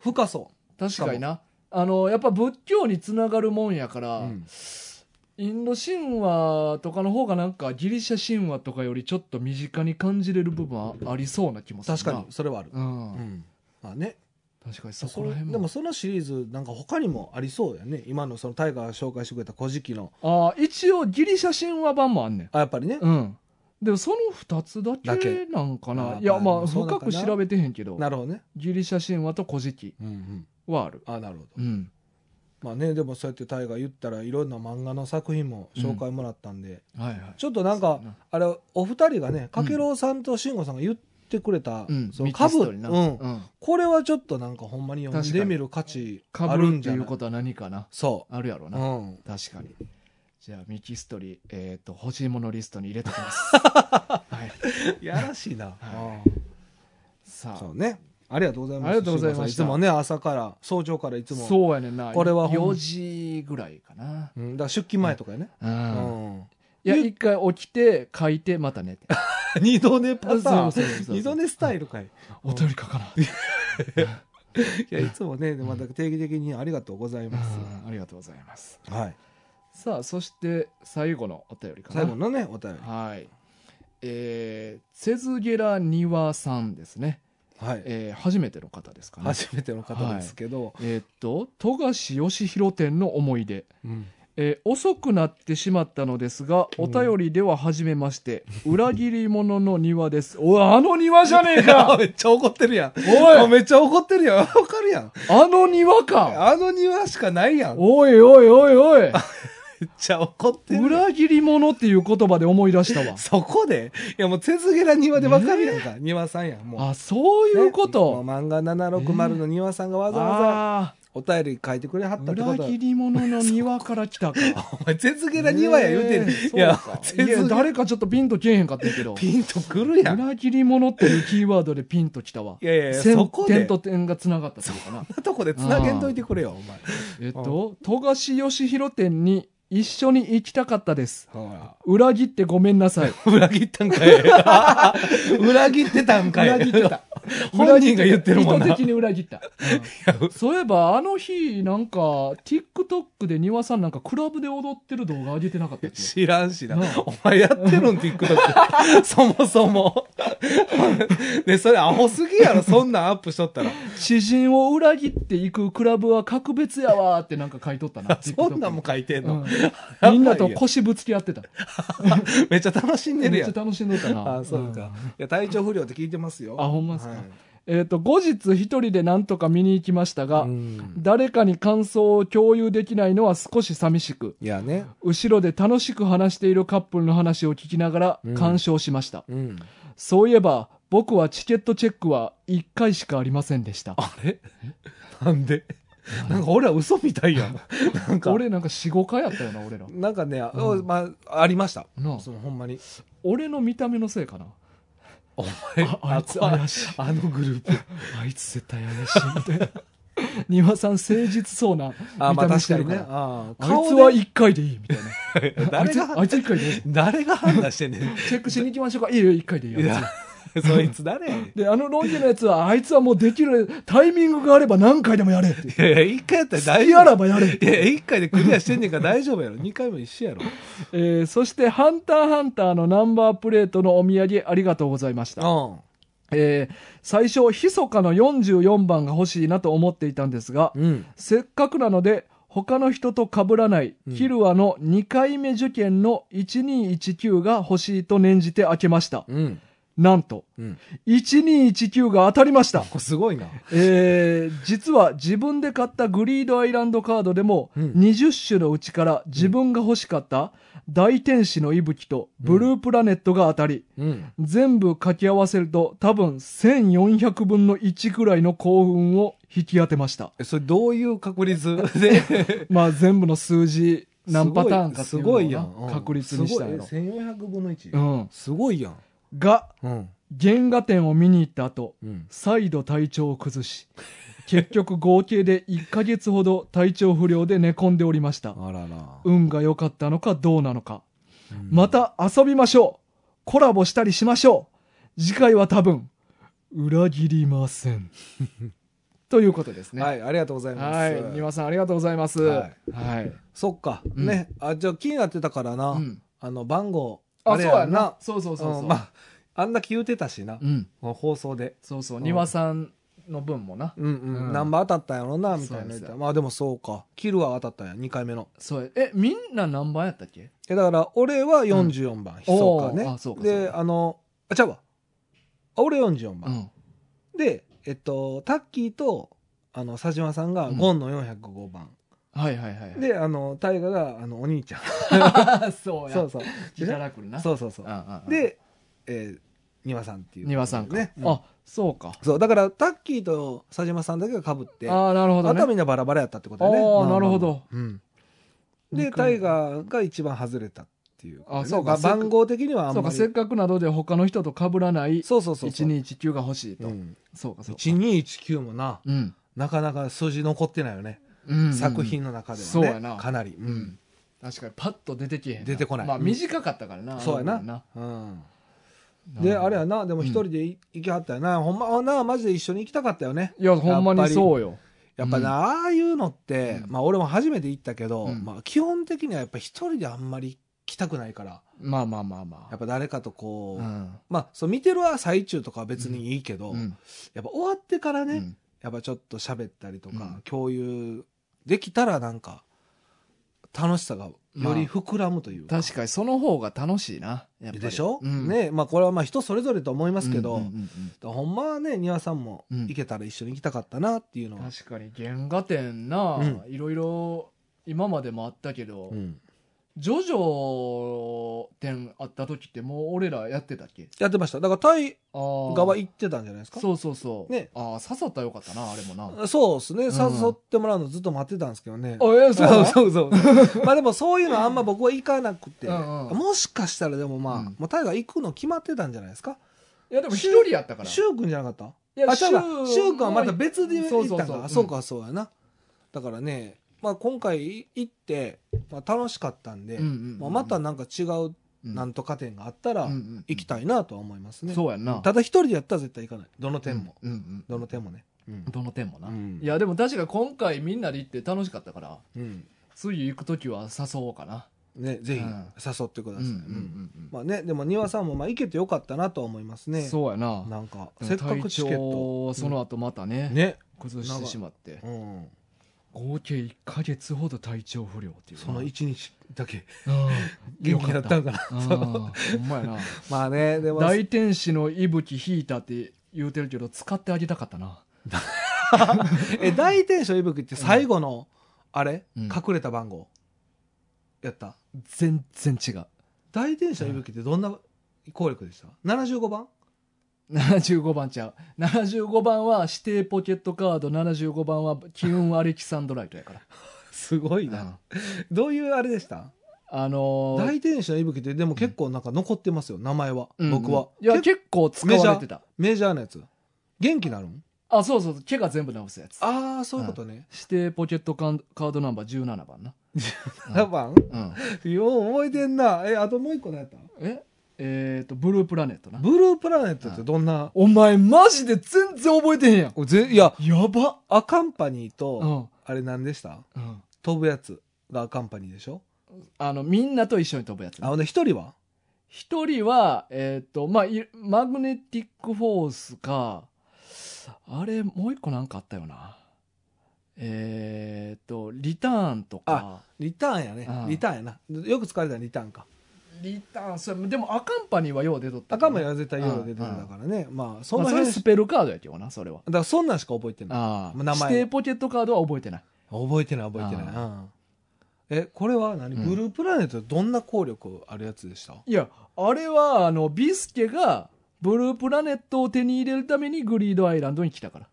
Speaker 2: 深そ
Speaker 3: 確かになあのやっぱ仏教につながるもんやか
Speaker 2: う、
Speaker 3: ら、
Speaker 2: うん
Speaker 3: インド神話とかの方がなんかギリシャ神話とかよりちょっと身近に感じれる部分はありそうな気もするな
Speaker 2: 確かに、それはある、
Speaker 3: うん
Speaker 2: うんまあね
Speaker 3: 確かにそこら辺
Speaker 2: そ
Speaker 3: も
Speaker 2: れでもそのシリーズなんか他にもありそうやね今のそのタイガーが紹介してくれた「古事記の
Speaker 3: ああ一応ギリシャ神話版もあんねん」
Speaker 2: あやっぱりね、
Speaker 3: うんでもその2つだ
Speaker 2: だ
Speaker 3: け
Speaker 2: け
Speaker 3: なんか
Speaker 2: あ
Speaker 3: な
Speaker 2: ー
Speaker 3: いやま
Speaker 2: ま
Speaker 3: あ
Speaker 2: あそうな
Speaker 3: 深
Speaker 2: んか
Speaker 3: く
Speaker 2: な
Speaker 3: 調べてへんけど
Speaker 2: なるほどね、
Speaker 3: ギリシャ神話と古事記
Speaker 2: うんうん、
Speaker 3: はある
Speaker 2: あなるほど、
Speaker 3: うん
Speaker 2: まあねでもそうやってタイガー言ったらいろんな漫画の作品も紹介もらったんで、
Speaker 3: はいはい
Speaker 2: ちょっとなん
Speaker 3: そう
Speaker 2: か
Speaker 3: やな
Speaker 2: あれお二人がねかけろうさんとしんごさんが言ってくれた、
Speaker 3: うん
Speaker 2: その
Speaker 3: ミキ
Speaker 2: か
Speaker 3: ス
Speaker 2: ぶ、
Speaker 3: トリな
Speaker 2: うん
Speaker 3: うん
Speaker 2: これはちょっとなんかほんまに読んでみる価値
Speaker 3: か
Speaker 2: あ
Speaker 3: ぶ
Speaker 2: る
Speaker 3: るっ
Speaker 2: ん
Speaker 3: て
Speaker 2: じゃ
Speaker 3: い
Speaker 2: な
Speaker 3: う
Speaker 2: い
Speaker 3: ことは何かな
Speaker 2: そ
Speaker 3: あるやろ
Speaker 2: う、
Speaker 3: う
Speaker 2: う、
Speaker 3: なん確かにじゃあミキストリえっと欲しいものリストに入れときます
Speaker 2: <laughs>
Speaker 3: はい
Speaker 2: やらしいな、
Speaker 3: はさ
Speaker 2: うん
Speaker 3: あ
Speaker 2: そうねありがとうございます
Speaker 3: ありがとうございま
Speaker 2: しん
Speaker 3: した
Speaker 2: ごさんいつもね朝から早朝からいつもう、
Speaker 3: そうやねんな
Speaker 2: これはほん
Speaker 3: 4時ぐらいかな
Speaker 2: うん、だから出勤前とかやね、
Speaker 3: う
Speaker 2: うんん
Speaker 3: いや一回起きて書いてま
Speaker 2: <laughs>
Speaker 3: た寝て
Speaker 2: 二度寝パタ
Speaker 3: そう
Speaker 2: ー
Speaker 3: そう
Speaker 2: ン
Speaker 3: そうそう
Speaker 2: 二度寝スタイルかい
Speaker 3: お便り書かない
Speaker 2: やいつもねでまた定期的にありがとうございます、
Speaker 3: うんありがとうございます
Speaker 2: はい
Speaker 3: さあそして最後のお便りかな
Speaker 2: 最後のねお便り
Speaker 3: はいえー、せずげらにわさんですね、
Speaker 2: はい、
Speaker 3: えー、初めての方ですかね
Speaker 2: 初めての方ですけど、
Speaker 3: えーっと富樫義弘店の思い出
Speaker 2: うん
Speaker 3: えー遅くなってしまったのですが、お便りでは初めまして、裏切り者の庭です。お <laughs> い、あの庭じゃねえ
Speaker 2: <laughs> あ
Speaker 3: か
Speaker 2: めっちゃ怒ってるやん
Speaker 3: お
Speaker 2: あ
Speaker 3: い、
Speaker 2: めっちゃ怒ってるやんわかるやん
Speaker 3: あの庭か
Speaker 2: あの庭しかないやんめっ
Speaker 3: おいおいおいおい、
Speaker 2: ちゃ怒ってる。
Speaker 3: 裏切り者っていう言葉で思い出したわ
Speaker 2: <laughs> そこでいやもう手続けな庭でわかるやんか、庭さんやんもう
Speaker 3: あ、そう
Speaker 2: と
Speaker 3: いうこと。
Speaker 2: 漫画760の庭さんがわざわざ
Speaker 3: あ
Speaker 2: お便り書いてくれは
Speaker 3: あ
Speaker 2: っ
Speaker 3: ー、
Speaker 2: たってこ
Speaker 3: 裏
Speaker 2: と
Speaker 3: 切り者の庭から
Speaker 2: <laughs>
Speaker 3: 来たか。
Speaker 2: お前手続けな庭や言うてる、
Speaker 3: えー
Speaker 2: いや
Speaker 3: そうか
Speaker 2: 手
Speaker 3: いや
Speaker 2: 続け
Speaker 3: 誰かちょっとピンとけえへんかったけど。
Speaker 2: ピンとくるやん
Speaker 3: 裏切り者っていうキーワードでピンときたわ。
Speaker 2: いやいやいや
Speaker 3: 線
Speaker 2: そこで
Speaker 3: 点と点がつながったというかな。
Speaker 2: そんなとこでつなげんといてくれよお前
Speaker 3: えっと、富樫義弘店に一緒に行きたかったです。
Speaker 2: ほら
Speaker 3: 裏切ってごめん
Speaker 2: <laughs>
Speaker 3: なさい。
Speaker 2: 裏切ったんか
Speaker 3: <laughs>
Speaker 2: い裏切ってたんかい
Speaker 3: 裏切ってた。
Speaker 2: <laughs> 本人が言ってるもんな
Speaker 3: 意図的に裏切
Speaker 2: <laughs>
Speaker 3: った。うんそういえば、あの日、なんか、TikTok で庭さんなんかクラブで踊ってる動画上げてなかったっけ
Speaker 2: 知らんしな
Speaker 3: なあ。
Speaker 2: お前やってるん、TikTok。そ <laughs> もそも。 <laughs> ね、それアホすぎやろ、そんなんアップしとったら。
Speaker 3: 詩人を裏切っていくクラブは格別やわーってなんか書いとったな。
Speaker 2: <laughs> そんなんも
Speaker 3: ん
Speaker 2: 書いてん <laughs> の。
Speaker 3: みんなと腰ぶつけ合ってた。
Speaker 2: めっちゃ楽しんでる
Speaker 3: めっ
Speaker 2: や
Speaker 3: ちゃ
Speaker 2: ん。
Speaker 3: 楽しんどったな。
Speaker 2: あ、そうか。いや、体調不良って聞いてますよ。
Speaker 3: あほんまっすか
Speaker 2: はい
Speaker 3: うん。えっと、後日一人でなんとか見に行きましたが
Speaker 2: う、ん
Speaker 3: 誰かに感想を共有できないのは少し寂しく、
Speaker 2: いやね。
Speaker 3: 後ろで楽しく話しているカップルの話を聞きながら
Speaker 2: うん
Speaker 3: 鑑賞しました。
Speaker 2: うん。
Speaker 3: そういえば、僕はチケットチェックは1回しかありませんでした。
Speaker 2: あれなんでなんか俺は嘘みたいやん。なんか、
Speaker 3: 俺なんか4、5回やったよな、俺ら。
Speaker 2: なんかね、あ
Speaker 3: うん
Speaker 2: まあ、ありました。
Speaker 3: なあ
Speaker 2: そのほんまに。
Speaker 3: 俺の見た目のせいかな。
Speaker 2: お前
Speaker 3: <laughs> ああいつ怪しい。 <laughs>
Speaker 2: あのグループ。
Speaker 3: あいつ絶対怪しいみたいな。庭さん誠実そうな
Speaker 2: あ
Speaker 3: 見
Speaker 2: まあ
Speaker 3: た目
Speaker 2: 確
Speaker 3: して
Speaker 2: か
Speaker 3: る
Speaker 2: に
Speaker 3: か
Speaker 2: ね
Speaker 3: ら。
Speaker 2: あ
Speaker 3: あいつは
Speaker 2: で
Speaker 3: 1回でいいみたいな。あい
Speaker 2: 誰
Speaker 3: つ
Speaker 2: が
Speaker 3: あいつ1回でいい。
Speaker 2: 誰が判断してんねん
Speaker 3: チェックしに行きましょうか。いいよ、1回でいいよ
Speaker 2: い。やそいつ誰やねん
Speaker 3: で、あのロン毛のやつは、あいつはもうできる、タイミングがあれば何回でもやれって。
Speaker 2: いやいや一回やったら
Speaker 3: 好
Speaker 2: 大
Speaker 3: き
Speaker 2: 丈
Speaker 3: あ
Speaker 2: 夫
Speaker 3: らばやれ。
Speaker 2: いや一回でクリアしてんねんから大丈夫やろ二回も一緒やろ
Speaker 3: えーそして、ハンターハンターのナンバープレートのお土産ありがとうございました。えー最初、密かの44番が欲しいなと思っていたんですが、
Speaker 2: うんうん
Speaker 3: せっかくなので、他の人と被らない、
Speaker 2: うん
Speaker 3: キルアの2回目受験の1219が欲しいと念じて開けました。
Speaker 2: うん
Speaker 3: なんと、
Speaker 2: うん
Speaker 3: 1219が当たりました。
Speaker 2: これすごいな
Speaker 3: えー実は自分で買ったグリードアイランドカードでも、
Speaker 2: うん
Speaker 3: 20種のうちから自分が欲しかった大天使の息吹とブループラネットが当たり、
Speaker 2: うん
Speaker 3: 全部掛け合わせると多分1400分の1くらいの幸運を引き当てました。
Speaker 2: えそれどういう確
Speaker 3: <laughs>
Speaker 2: 率で
Speaker 3: まあ全部の数字何パターンかっていうのを
Speaker 2: すごいやん
Speaker 3: な確率にしたんやろ。
Speaker 2: 千四百分の一
Speaker 3: うん、
Speaker 2: すごいやん
Speaker 3: が、
Speaker 2: うん
Speaker 3: 原画展を見に行った後、
Speaker 2: うん
Speaker 3: 再度体調を崩し、結局合計で1ヶ月ほど体調不良で寝込んでおりました。
Speaker 2: あらら
Speaker 3: 運が良かったのかどうなのか。
Speaker 2: うん
Speaker 3: また遊びましょうコラボしたりしましょう次回は多分、裏切りま
Speaker 2: <laughs>
Speaker 3: せん。ということですね。。
Speaker 2: はいいありがとうございます
Speaker 3: はい。庭さんありがとうございます。
Speaker 2: は
Speaker 3: はい。
Speaker 2: そっか、
Speaker 3: うん
Speaker 2: ねあじゃあ気になってたからな、
Speaker 3: うん
Speaker 2: あの番号あ
Speaker 3: あ、そう
Speaker 2: れ
Speaker 3: や
Speaker 2: や
Speaker 3: な
Speaker 2: な。
Speaker 3: そうそうそうそうう。
Speaker 2: んまああんだけ言うてたしな
Speaker 3: う、ん。
Speaker 2: 放送で
Speaker 3: そうそう。
Speaker 2: うん
Speaker 3: 庭さんの分もな。
Speaker 2: うんうん、
Speaker 3: うん
Speaker 2: ナンバー当たったんやろなみたいな
Speaker 3: そ
Speaker 2: 言っ
Speaker 3: うです
Speaker 2: て
Speaker 3: よ
Speaker 2: まあでもそうかキルは当たったんや2回目の
Speaker 3: そうやえ、みんな何番やったっけ
Speaker 2: えだから俺は44番、ひそかね
Speaker 3: おーあそうかそう
Speaker 2: で
Speaker 3: か
Speaker 2: あのあちゃうわあ俺44
Speaker 3: う
Speaker 2: 番、
Speaker 3: ん。
Speaker 2: でえっとタッキーとあの佐島さんが
Speaker 3: うん
Speaker 2: ゴンの405番、
Speaker 3: はいはいはい。
Speaker 2: で <laughs> あの大我があのお兄ちゃん
Speaker 3: そうや。
Speaker 2: そうそう
Speaker 3: 自堕落にな。
Speaker 2: そうそうそう
Speaker 3: うんうんうん、
Speaker 2: で、えー、庭さんっていう
Speaker 3: 庭さんか。
Speaker 2: ね、うん
Speaker 3: あ、そうか。
Speaker 2: そうだからタッキーと佐島さんだけがかぶってあ
Speaker 3: ああ、なるほど
Speaker 2: とは
Speaker 3: ね。
Speaker 2: みんなバラバラやったってことだね
Speaker 3: あー
Speaker 2: まあまあまあ
Speaker 3: なるほど
Speaker 2: うん
Speaker 3: 二
Speaker 2: で
Speaker 3: 回
Speaker 2: タイガーが一番外れたっていう
Speaker 3: あそうか
Speaker 2: ま番号的にはあん
Speaker 3: そう
Speaker 2: ま
Speaker 3: か、
Speaker 2: り
Speaker 3: せっかくなどで他の人と被らない
Speaker 2: そうそうそうそう
Speaker 3: 1219が欲しいと。
Speaker 2: うん
Speaker 3: そうか、そうか。
Speaker 2: 1219もな
Speaker 3: うん。
Speaker 2: なかなか数字残ってないよね、
Speaker 3: うんうんうん
Speaker 2: 作品の中ではね
Speaker 3: そうやな
Speaker 2: かなりう
Speaker 3: うん
Speaker 2: ん、
Speaker 3: 確かにパッと出てきへんな
Speaker 2: 出てこない
Speaker 3: まあ短かったからな
Speaker 2: そうや
Speaker 3: あの
Speaker 2: なうん
Speaker 3: 部分
Speaker 2: で
Speaker 3: な
Speaker 2: あれやなで
Speaker 3: う
Speaker 2: も
Speaker 3: ん
Speaker 2: 一人でい行きはったよな、ほんまはなマジで一緒に行きたかったよね
Speaker 3: いやほんまにそうよ
Speaker 2: やっぱな、ああいうのって、
Speaker 3: うん
Speaker 2: まあ俺も初めて行ったけど、
Speaker 3: うん
Speaker 2: まあ基本的にはやっぱ一人であんまり来たくないから
Speaker 3: まあまあまあまあ
Speaker 2: やっぱ誰かとこう、
Speaker 3: うん
Speaker 2: まあそう見てるは最中とかは別にいいけど、
Speaker 3: うん
Speaker 2: やっぱ終わってからね、
Speaker 3: うん
Speaker 2: やっぱちょっと喋ったりとか、
Speaker 3: うん
Speaker 2: 共有できたらなんか楽しさがより膨らむというか、
Speaker 3: 確かにその方が楽しいなやっぱり
Speaker 2: でしょ、
Speaker 3: うん
Speaker 2: ねまあこれはまあ人それぞれと思いますけど、
Speaker 3: うんうん
Speaker 2: だからほんまはね庭さんも
Speaker 3: うん
Speaker 2: 行けたら一緒に行きたかったなっていう
Speaker 3: う
Speaker 2: の
Speaker 3: ん
Speaker 2: は、
Speaker 3: 確かに原画展な
Speaker 2: う
Speaker 3: いろいろ今までもあったけど
Speaker 2: うん
Speaker 3: ジョジョ展あった時ってもう俺らやってたっけ
Speaker 2: やってましただからタイ
Speaker 3: あ
Speaker 2: 側
Speaker 3: ー
Speaker 2: 行ってたんじゃないですか
Speaker 3: そうそうそう
Speaker 2: ね
Speaker 3: ああ刺さったらよかったなあれもな
Speaker 2: そうですね、
Speaker 3: うん
Speaker 2: 誘ってもらうのずっと待ってたんですけどね。
Speaker 3: あえそうなの
Speaker 2: そうそうそうまあでもそういうのあんま僕は行かなくて、
Speaker 3: うんうん
Speaker 2: もしかしたらでもまあ、
Speaker 3: うん
Speaker 2: もうタイガー行くの決まってたんじゃないですか
Speaker 3: いやでも一人やったから
Speaker 2: シュウ君じゃなかった
Speaker 3: いや
Speaker 2: あ、違うわ
Speaker 3: シュウ
Speaker 2: シュウ君はまた別で行ったんか。
Speaker 3: そうそうそう
Speaker 2: そうか、そうやな。だからね、まあ今回行って、まあ楽しかったんで、
Speaker 3: うんうんうんうん
Speaker 2: まあまたなんか違う
Speaker 3: うん
Speaker 2: なんとか店があったら
Speaker 3: うんうんうん
Speaker 2: 行きたいなとは思いますね。
Speaker 3: そうやんな
Speaker 2: ただ一人でやったら絶対行かない。どの店も。
Speaker 3: うんうん
Speaker 2: どの店もね。うん。
Speaker 3: どの点もな、
Speaker 2: うん
Speaker 3: いやでも確か今回みんなで行って楽しかったから
Speaker 2: うん
Speaker 3: 次行く時は誘おうかな
Speaker 2: ね、ぜひ
Speaker 3: うん
Speaker 2: 誘ってください。うん
Speaker 3: うん
Speaker 2: まあね、でも庭さんもまあ行けてよかったなとは思いますね。
Speaker 3: そうやな
Speaker 2: なんか、
Speaker 3: でも
Speaker 2: せっかくチケ
Speaker 3: 体
Speaker 2: ット。
Speaker 3: 調をその後またね,、
Speaker 2: ね。
Speaker 3: 崩してしまって
Speaker 2: うん。
Speaker 3: 合計1か月ほど体調不良っていうな
Speaker 2: その一日だけ
Speaker 3: うん
Speaker 2: <laughs> 元気になったんかな。
Speaker 3: あーほん
Speaker 2: <laughs>
Speaker 3: まやな
Speaker 2: まあね、でも。
Speaker 3: 大天使の息吹引いたって言うてるけど使ってあげたかったな
Speaker 2: え大天使の息吹って最後の、あれ、
Speaker 3: うん
Speaker 2: 隠れた番号やった
Speaker 3: 全然違う
Speaker 2: 大天使の息吹ってどんな効力でした ?75 番
Speaker 3: 75番ちゃう75番は指定ポケットカード75番は金運アレキサンドライトやから
Speaker 2: すごいな、どういうあれでした
Speaker 3: あのー
Speaker 2: 大天使の息吹ってでも結構なんか残ってますよ名前は、
Speaker 3: うん
Speaker 2: 僕は
Speaker 3: うんいや
Speaker 2: 結
Speaker 3: 結構使われてた
Speaker 2: メジャーなやつ元気なるん
Speaker 3: あ、そうそうそう、毛が全部直すやつ。
Speaker 2: ああ、そういうことね。
Speaker 3: 指定ポケットカンカードナンバー17番な。うん
Speaker 2: ラバン
Speaker 3: うん。
Speaker 2: よう覚えてんな。え、あともう一個何やった
Speaker 3: ええっ、と、ブループラネットな。
Speaker 2: ブループラネットってどんな、
Speaker 3: お前、マジで全然覚えてへんやん。
Speaker 2: ぜいや、
Speaker 3: やば。
Speaker 2: アカンパニー
Speaker 3: う
Speaker 2: と、
Speaker 3: ん。
Speaker 2: あれ何でした
Speaker 3: うん。
Speaker 2: 飛ぶやつがアカンパニーでしょ
Speaker 3: あの、みんなと一緒に飛ぶやつね
Speaker 2: あ、。ほんで一人は
Speaker 3: 一人は、えっ、と、まあ、いマグネティックフォースか、あれ、もう一個なんかあったよな。えっ、と、リターンとか。
Speaker 2: リターンやね
Speaker 3: あ。あ
Speaker 2: リターンやな。よく使われたのはリターンか。
Speaker 3: リターン、それ、でもアカンパニーはよう出とった
Speaker 2: ア
Speaker 3: けど
Speaker 2: カン
Speaker 3: ね。
Speaker 2: パニーは絶対よう出てるんだからね。まあ、そんな
Speaker 3: まあそれ
Speaker 2: 辺
Speaker 3: ス
Speaker 2: し、
Speaker 3: ペルカードやけどな、それは。
Speaker 2: だからそんなんしか覚えてない。
Speaker 3: ああ。
Speaker 2: 名前
Speaker 3: 指定ポケットカードは覚えてない。
Speaker 2: 覚えてない覚えてない。うんえ、これは何
Speaker 3: うん
Speaker 2: ブループラネットどんな効力あるやつでした
Speaker 3: いや、あれは、あの、ビスケが、ブループラネットを手に入れるためにグリードアイランドに来たから。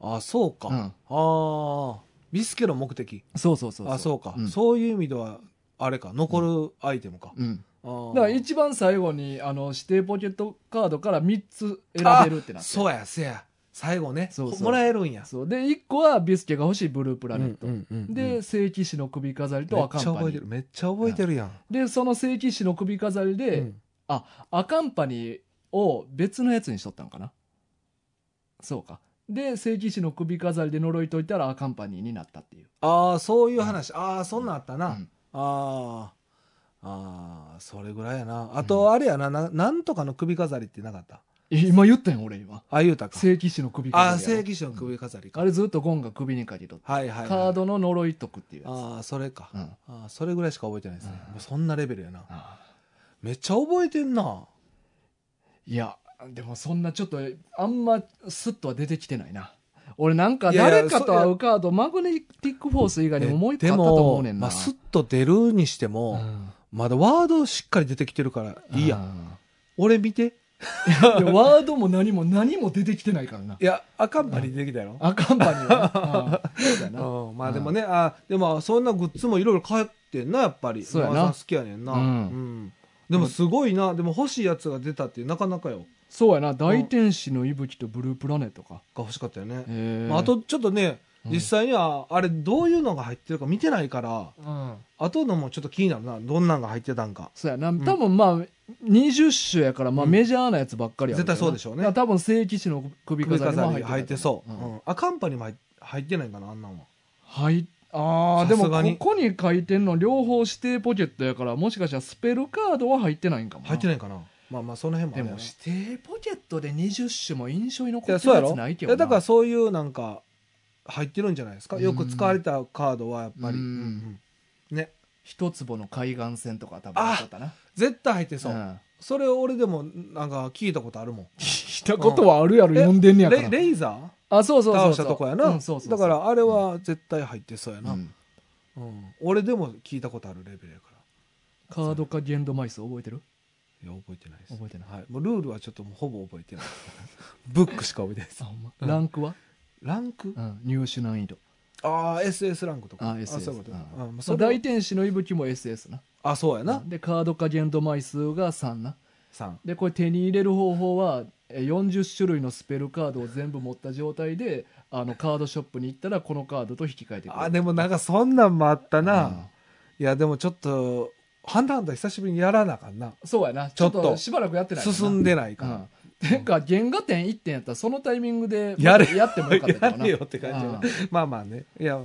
Speaker 2: あ、そうか。
Speaker 3: うん
Speaker 2: ああ、ビスケの目的。
Speaker 3: そうそうそう
Speaker 2: あそうか、
Speaker 3: ん
Speaker 2: そういう意味ではあれか残るアイテムか、
Speaker 3: うん。
Speaker 2: あー
Speaker 3: だから一番最後にあの指定ポケットカードから3つ選べるってなって
Speaker 2: そうやせや最後ね
Speaker 3: そうそう
Speaker 2: もらえるんや
Speaker 3: そうで1個はビスケが欲しいブループラネット、
Speaker 2: うんうんうんうん
Speaker 3: で聖騎士の首飾りと
Speaker 2: め
Speaker 3: ア
Speaker 2: っ
Speaker 3: カン
Speaker 2: ちゃ
Speaker 3: パ
Speaker 2: 覚え
Speaker 3: ニ
Speaker 2: て
Speaker 3: ー
Speaker 2: るめっちゃ覚えてるやん、
Speaker 3: でその聖騎士の首飾りで、
Speaker 2: うん
Speaker 3: あアカンパニーを別のやつにしとったんかなそうかで聖騎士の首飾りで呪いといたらアカンパニーになったっていう
Speaker 2: ああそういう話、ああそんなんあったな、
Speaker 3: うん
Speaker 2: あーあーそれぐらいやなあとあれやなななんとかの首飾りってなかった
Speaker 3: え今言ったやん俺今
Speaker 2: ああいうたか
Speaker 3: 聖騎士の首飾
Speaker 2: あ
Speaker 3: りやろ
Speaker 2: あ正規士の首飾りか、
Speaker 3: あれずっとゴンが首にかけとった、
Speaker 2: はいはい、はい、
Speaker 3: カードの呪い解くっていうやつ
Speaker 2: ああそれか、
Speaker 3: うん
Speaker 2: ああそれぐらいしか覚えてないですね、
Speaker 3: うん
Speaker 2: もうそんなレベルやな
Speaker 3: あー
Speaker 2: めっちゃ覚えてんない
Speaker 3: や、でもそんなちょっと、あんまスッとは出てきてないな。俺なんか
Speaker 2: いやいや
Speaker 3: 誰かと会うカード、マグネティックフォース以外にももう一個あったと思う
Speaker 2: で
Speaker 3: ねん
Speaker 2: もま
Speaker 3: な。
Speaker 2: あ、スッと出るにしても、
Speaker 3: う
Speaker 2: まだワードしっかり出てきてるから
Speaker 3: ん
Speaker 2: いいやん。
Speaker 3: ん
Speaker 2: 俺見て。
Speaker 3: いやワードも何も何も出てきてないからな。
Speaker 2: いや、アカンパニー出てきたよ。
Speaker 3: アカンパニーはね。
Speaker 2: <laughs>
Speaker 3: うんそうだな。
Speaker 2: うん、まあでもね、あでもそんなグッズもいろいろ買ってんな、やっぱり。
Speaker 3: そうやな
Speaker 2: 野川さん好きやねんな、
Speaker 3: うん
Speaker 2: うんでもすごいな。でも欲しいやつが出たってなかなかよ。
Speaker 3: そうやな。大天使の息吹とブループラネットか。
Speaker 2: が欲しかったよね。
Speaker 3: へー
Speaker 2: まあ、あ、とちょっとね、
Speaker 3: うん
Speaker 2: 実際にはあれどういうのが入ってるか見てないから、
Speaker 3: うん。
Speaker 2: 後のもちょっと気になるな。どんなんが入ってたんか。
Speaker 3: そうやな。多分まあ、20種やから、まあ
Speaker 2: うん
Speaker 3: メジャーなやつばっかりやろな
Speaker 2: 絶対そうでしょうね
Speaker 3: だから多分聖騎士の首
Speaker 2: 首
Speaker 3: 飾りも
Speaker 2: 飾
Speaker 3: 入って
Speaker 2: り
Speaker 3: た
Speaker 2: 入ってそう。
Speaker 3: ん
Speaker 2: うんアカンパニーも入入ってないんかな、あんなんは。
Speaker 3: はい。ああ、でも
Speaker 2: さすがに
Speaker 3: ここに書いてんの両方指定ポケットやから、もしかしたらスペルカードは入ってないんかもな。
Speaker 2: 入ってないかな。まあまあ、その辺もあ
Speaker 3: で
Speaker 2: る
Speaker 3: も
Speaker 2: よな
Speaker 3: 指定ポケットで20種も印象に残
Speaker 2: い
Speaker 3: っ
Speaker 2: や
Speaker 3: て
Speaker 2: そう
Speaker 3: る
Speaker 2: や
Speaker 3: や
Speaker 2: ろ
Speaker 3: つないけ
Speaker 2: い
Speaker 3: どな。
Speaker 2: やだからそういうなんか入ってるんじゃないですか
Speaker 3: うん
Speaker 2: よく使われたカードはやっぱり、
Speaker 3: うん
Speaker 2: うんうんね
Speaker 3: 一坪の海岸線とか多分あったな。
Speaker 2: 絶対入ってそう、
Speaker 3: ん
Speaker 2: それ俺でもなんか聞いたことあるもん
Speaker 3: 聞いたことはあるやろ、読んでんねやか
Speaker 2: レ
Speaker 3: ら。
Speaker 2: レイザ
Speaker 3: あ、そうそ
Speaker 2: ー倒
Speaker 3: うそうそう。
Speaker 2: したとこやな
Speaker 3: うんそうそうそ
Speaker 2: だ
Speaker 3: う
Speaker 2: からあれは絶対入ってそうやな、
Speaker 3: う
Speaker 2: うん
Speaker 3: ん
Speaker 2: 俺でも聞いたことあるレベルやか
Speaker 3: カードかゲンドマイス覚えてる
Speaker 2: らいや覚えてないです
Speaker 3: 覚えてない
Speaker 2: はい、もうルールはちょっともうほぼ覚えてない <laughs> ブックしか覚えてないです
Speaker 3: あ、ほんま。
Speaker 2: うん
Speaker 3: ランクは
Speaker 2: ランク、
Speaker 3: うん、入手難易度。
Speaker 2: ああ SS ランクとか
Speaker 3: あ、SS。
Speaker 2: そういうこと、
Speaker 3: うん
Speaker 2: あまあ
Speaker 3: そ
Speaker 2: そうれは
Speaker 3: 大天使の息吹も SS な。
Speaker 2: あそうやな、
Speaker 3: で、カードかゲンドマイスが3な。
Speaker 2: 三
Speaker 3: でこれ手に入れる方法はえー40種類のスペルカードを全部持った状態であのカードショップに行ったらこのカードと引き換えてくれる
Speaker 2: あでもなんかそんなんもあったな、
Speaker 3: うん
Speaker 2: いや、でもちょっと、ハンダハンダ久しぶりにやらなあかんな。
Speaker 3: そうやなち
Speaker 2: ちょ
Speaker 3: ょっ
Speaker 2: っと
Speaker 3: としばらくやってない
Speaker 2: 進ん
Speaker 3: で
Speaker 2: でない
Speaker 3: か、
Speaker 2: からら。
Speaker 3: うんてか原画展1点やったらそのタイミングで
Speaker 2: やれ
Speaker 3: やってもよかったか
Speaker 2: や
Speaker 3: もな
Speaker 2: れよって感じやな
Speaker 3: うん
Speaker 2: <laughs> まあまあね。いや、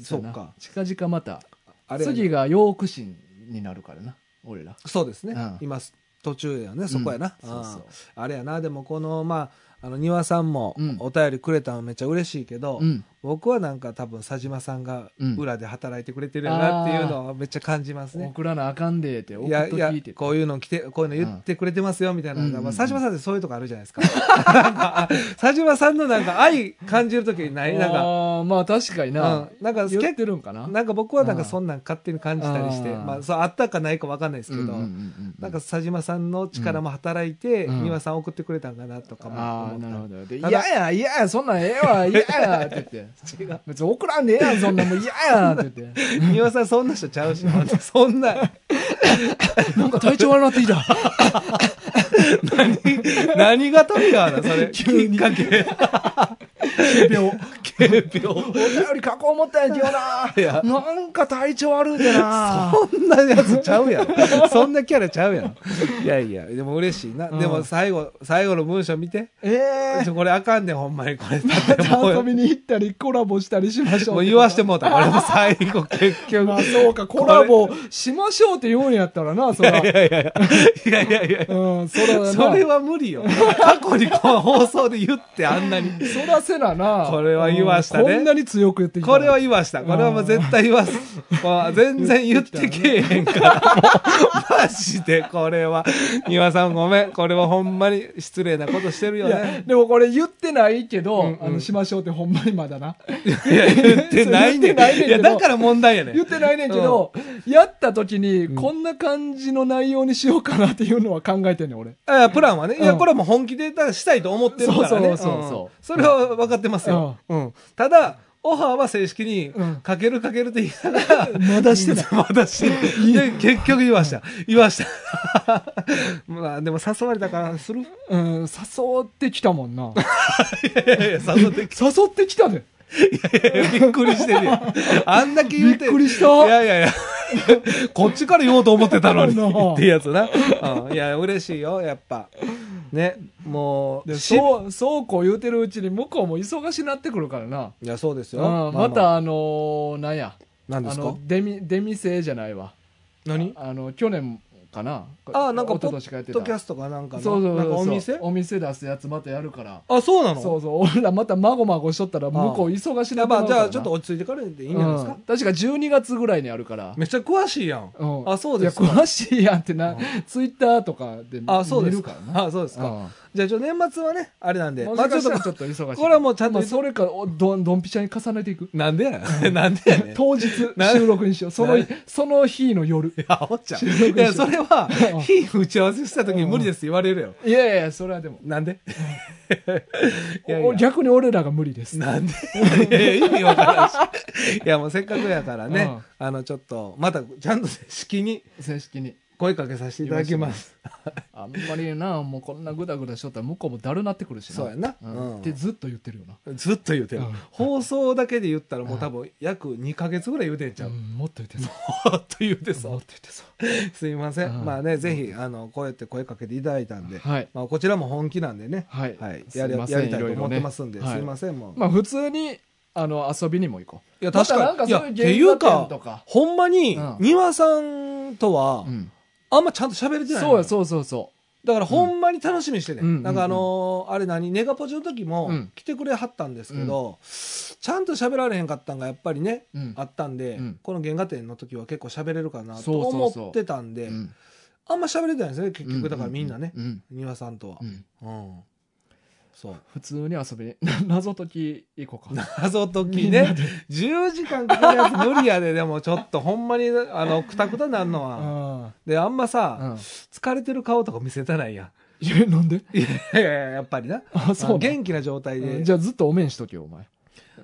Speaker 2: そ
Speaker 3: や
Speaker 2: う
Speaker 3: な
Speaker 2: か。
Speaker 3: 近々また
Speaker 2: あれやな
Speaker 3: 次がヨークシンになるからな俺ら
Speaker 2: そうですね。
Speaker 3: うん
Speaker 2: 今、途中やね、そこやな。
Speaker 3: うんそうそう
Speaker 2: あーあれやな、でもこの、まあ、あの、庭さんも
Speaker 3: うん
Speaker 2: お便りくれたのめっちゃ嬉しいけど、
Speaker 3: うん
Speaker 2: 僕はなんか多分佐島さんが
Speaker 3: うん
Speaker 2: 裏で働いてくれてるよなっていうのはめっちゃ感じますね。
Speaker 3: 送らなあかんでーって送
Speaker 2: い
Speaker 3: っ
Speaker 2: や
Speaker 3: と
Speaker 2: いや
Speaker 3: 聞いて、
Speaker 2: こういうの来て、こういうの言ってくれてますよ、みたいな。
Speaker 3: うんうんうん
Speaker 2: まあ、佐島さんってそういうとこあるじゃないですか。 <laughs> なんか佐島さんのなんか愛感じるときにないなんか、
Speaker 3: あーまあ確かにな、
Speaker 2: うんなんか
Speaker 3: 言っ
Speaker 2: 結
Speaker 3: てるんかな
Speaker 2: なんか僕はなん
Speaker 3: う
Speaker 2: か
Speaker 3: ん
Speaker 2: そんなん勝手に感じたりして、
Speaker 3: あー
Speaker 2: まあ、そうあったかないかわかんないですけど、
Speaker 3: うんうんうんう
Speaker 2: なんか佐島さんの力も働いて、
Speaker 3: うん
Speaker 2: 庭さん送ってくれたんかなとかも
Speaker 3: ああ、
Speaker 2: 思った
Speaker 3: な
Speaker 2: り
Speaker 3: るほど。で、
Speaker 2: た
Speaker 3: 嫌
Speaker 2: だ
Speaker 3: や、嫌や、そんなんええ
Speaker 2: <laughs>
Speaker 3: わ、嫌や、って言って。別に送らんでええやん、そんなんもう嫌や、って
Speaker 2: <laughs>
Speaker 3: 言って。
Speaker 2: 庭さんそんな人ちゃうし、 <laughs> ほんとそんな、
Speaker 3: なんか体調悪なってきた。
Speaker 2: 何がトリガーだ、それ。
Speaker 3: <laughs> 急に <laughs>
Speaker 2: きっかけ。 <laughs> 軽病。
Speaker 4: 軽病。
Speaker 3: お便り書こう思ったんやけど
Speaker 4: いや
Speaker 3: な。なんか体調悪いでな。
Speaker 2: そんなやつちゃうやん。そんなキャラちゃうやん。いやいや、でも嬉しいな。
Speaker 3: うん
Speaker 2: でも最後、最後の文章見て。
Speaker 3: ええ
Speaker 2: ちょこれあかんで、ほんまにこれ。
Speaker 3: また遊びに行ったり、コラボしたりしましょう。
Speaker 2: もう言わしてもうた。俺も最後結局。
Speaker 3: まあそうか、コラボしましょうって言うんやった
Speaker 2: <laughs>
Speaker 3: らな、そら。
Speaker 2: いやいやい
Speaker 3: <laughs>
Speaker 2: や。
Speaker 3: うん、そらな。
Speaker 2: それは無理よ。過去にこの放送で言ってあんなに。
Speaker 3: そらせなな。
Speaker 2: これは言わしたね
Speaker 3: うんこんなに強く言ってきた。
Speaker 2: これは言わした。これはもう絶対言わす。もう全然言ってけえへんから。もうマジでこれは。庭さんごめん。これはほんまに失礼なことしてるよ
Speaker 3: いや
Speaker 2: ね。
Speaker 3: でもこれ言ってないけど、
Speaker 2: うんうん
Speaker 3: あの、しましょうってほんまにまだな。
Speaker 2: いや、言ってないねん。
Speaker 3: 言ってないねんけど
Speaker 2: いや、だから問題やねん
Speaker 3: 言っ。てないねんけど、やった時に、こんな感じの内容にしようかなっていうのは考えてんねん、俺。
Speaker 2: あプランはね。いや、
Speaker 3: うん
Speaker 2: これはもう本気でだからしたいと思ってるからね。
Speaker 3: そうそうそうそう
Speaker 2: そ
Speaker 3: ん
Speaker 2: れは分かってますよ。うん。ただ、オファーは正式に
Speaker 3: うん、
Speaker 2: かけるかけるって言いな
Speaker 3: <laughs>
Speaker 2: がら、
Speaker 3: まだしてない。
Speaker 2: まだしてない。で結局言わした。言わ
Speaker 3: <laughs>
Speaker 2: した。まあ、でも誘われたからす <laughs> る
Speaker 3: うん、誘ってきたもんな。 <laughs>
Speaker 2: いやいやいや、誘ってき
Speaker 3: 誘ってきたで。
Speaker 2: て、びっくりしてるよ。あんだけ言うて。
Speaker 3: びっくりした
Speaker 2: いやいやいや。 <laughs> こっちから言おうと思ってたのに。
Speaker 3: <laughs> なあ
Speaker 2: ってやつな。うんいや、嬉しいよ、やっぱ。ね、もう、
Speaker 3: で
Speaker 2: し
Speaker 3: そう、そうこう言うてるうちに向こうも忙しになってくるからな。
Speaker 2: いや、そうですよ。
Speaker 3: うんまた、あのーなんや。
Speaker 2: 何で
Speaker 3: あ
Speaker 2: すか
Speaker 3: の、出み、出店じゃないわ。
Speaker 2: 何
Speaker 3: あの、去年かな。
Speaker 2: ああ、なんか、ポ
Speaker 3: 一昨年かやっ
Speaker 2: ッ
Speaker 3: て
Speaker 2: ドキ
Speaker 3: た
Speaker 2: ャ。ストかなんかの
Speaker 3: そうそうそう
Speaker 2: なんかお店
Speaker 3: お店出すやつまたやるから。
Speaker 2: あ、そうなの
Speaker 3: そうそう。俺らまたまごまごしとったら向こう忙し
Speaker 2: や
Speaker 3: な
Speaker 2: っぱ、
Speaker 3: な
Speaker 2: じゃ
Speaker 3: るから
Speaker 2: あ、ちょっと落ち着いてからでいいんじゃないです
Speaker 3: う
Speaker 2: か
Speaker 3: ん確か12月ぐらいにあるから。
Speaker 2: めっちゃ詳しいやん。
Speaker 3: うん
Speaker 2: あそうですか
Speaker 3: いや詳しいやんってな、
Speaker 2: うん
Speaker 3: ツイッターとかで見
Speaker 2: あ、そうで
Speaker 3: 見
Speaker 2: す
Speaker 3: るか
Speaker 2: か。あ、そうです
Speaker 3: らな。
Speaker 2: か。じゃあ、ちょ、年末はね、あれなん
Speaker 3: うん
Speaker 2: で。
Speaker 3: も
Speaker 2: まあ、
Speaker 3: し
Speaker 2: ちょ
Speaker 3: か
Speaker 2: っと
Speaker 3: したら、ちょっと忙しい。
Speaker 2: これはもうちゃんと
Speaker 3: まあ、それか、おどん、どんぴしゃに重ねていく。
Speaker 2: なんでやねん <laughs> なんでやねん。
Speaker 3: 当日、収
Speaker 2: な
Speaker 3: 録にしよう。その
Speaker 2: な、
Speaker 3: その日の夜。
Speaker 2: いや、おっちゃん。
Speaker 3: 収録
Speaker 2: いや、
Speaker 3: しよ
Speaker 2: そうれは
Speaker 3: う、ん
Speaker 2: 非打ち合わせした時に無理ですって言われるよ。
Speaker 3: いやいや、それはでも。
Speaker 2: なんで <laughs> いやい
Speaker 3: お
Speaker 2: や。
Speaker 3: 逆に俺らが無理です。
Speaker 2: なんで <laughs> いやいや、意味わからんし。 <laughs> いや、もうせっかくやからね、
Speaker 3: うん
Speaker 2: あの、ちょっと、また、ちゃんと正式に
Speaker 3: 正式に。
Speaker 2: 声かけさせていただきます。
Speaker 3: あんまりな、もうこんなグダグダしとったら向こうもだるなってくるしな。
Speaker 2: そうやな
Speaker 3: うん
Speaker 2: うん
Speaker 3: ってずっと言ってるよな。
Speaker 2: ずっと言うてる
Speaker 3: うん。
Speaker 2: 放送だけで言ったらもう多分約2ヶ月ぐらい言うてんちゃう
Speaker 3: う。んもっと言っ
Speaker 2: <laughs>
Speaker 3: てそう。
Speaker 2: ほっと言うてそ
Speaker 3: もっ
Speaker 2: う
Speaker 3: と。言ってそ
Speaker 2: すいませ
Speaker 3: うん
Speaker 2: ん。まあね、ぜひ、あの、こうやって声かけていただいたん
Speaker 3: う。
Speaker 2: で、
Speaker 3: はい。
Speaker 2: まあ、こちらも本気なんでね。
Speaker 3: はい。
Speaker 2: はい、
Speaker 3: す
Speaker 2: やり
Speaker 3: ません
Speaker 2: やりたいと
Speaker 3: ろろ
Speaker 2: 思っ
Speaker 3: ね
Speaker 2: てますんで、
Speaker 3: はい
Speaker 2: すいません、もう。
Speaker 3: まあ普通に、あの、遊びにも行こ
Speaker 2: いや、
Speaker 3: また
Speaker 2: 確かに。
Speaker 3: なんか
Speaker 2: いや、
Speaker 3: そういう
Speaker 2: ってい
Speaker 3: 芸
Speaker 2: う
Speaker 3: 能人と
Speaker 2: か
Speaker 3: か、
Speaker 2: ほんまに
Speaker 3: うん、
Speaker 2: 庭さんとは
Speaker 3: う。、ん。
Speaker 2: あんまちゃんと喋れてないの
Speaker 3: そう
Speaker 2: よ。
Speaker 3: や、そうそうそ
Speaker 2: だから、ほんまに楽しみにしてね。
Speaker 3: うん
Speaker 2: なんか、あのーあれ何、ネガポジの時も
Speaker 3: うん、
Speaker 2: 来てくれはったんですけど、ちゃんと喋られへんかったんが、やっぱりね、
Speaker 3: う。うん
Speaker 2: あ。ったんで
Speaker 3: うん、
Speaker 2: この原画展の時は結構喋れるかなと
Speaker 3: そうそうそう
Speaker 2: 思ってたんで
Speaker 3: う、ん
Speaker 2: あんま喋れてないんですね、結局。だから、みんなね、
Speaker 3: ううん
Speaker 2: 庭さんとは
Speaker 3: う。ん
Speaker 2: うん。そう。
Speaker 3: 普通に遊びに、 <laughs> 謎解き行こうか。
Speaker 2: 謎解きね。10時間かかるやつ無理やで、でもちょっとほんまに、あの、くたくたなんのは。
Speaker 3: あ
Speaker 2: で、あんま
Speaker 3: あ。
Speaker 2: さ、
Speaker 3: うん。
Speaker 2: 疲れてる顔とか見せたないや
Speaker 3: いや、なんで
Speaker 2: ん。
Speaker 3: <laughs>
Speaker 2: いやいやいや、やっぱりな。
Speaker 3: あ、 <laughs> そうなん
Speaker 2: 元気な状態
Speaker 3: う
Speaker 2: で
Speaker 3: ん。じゃあずっとお面しとけよ、お前。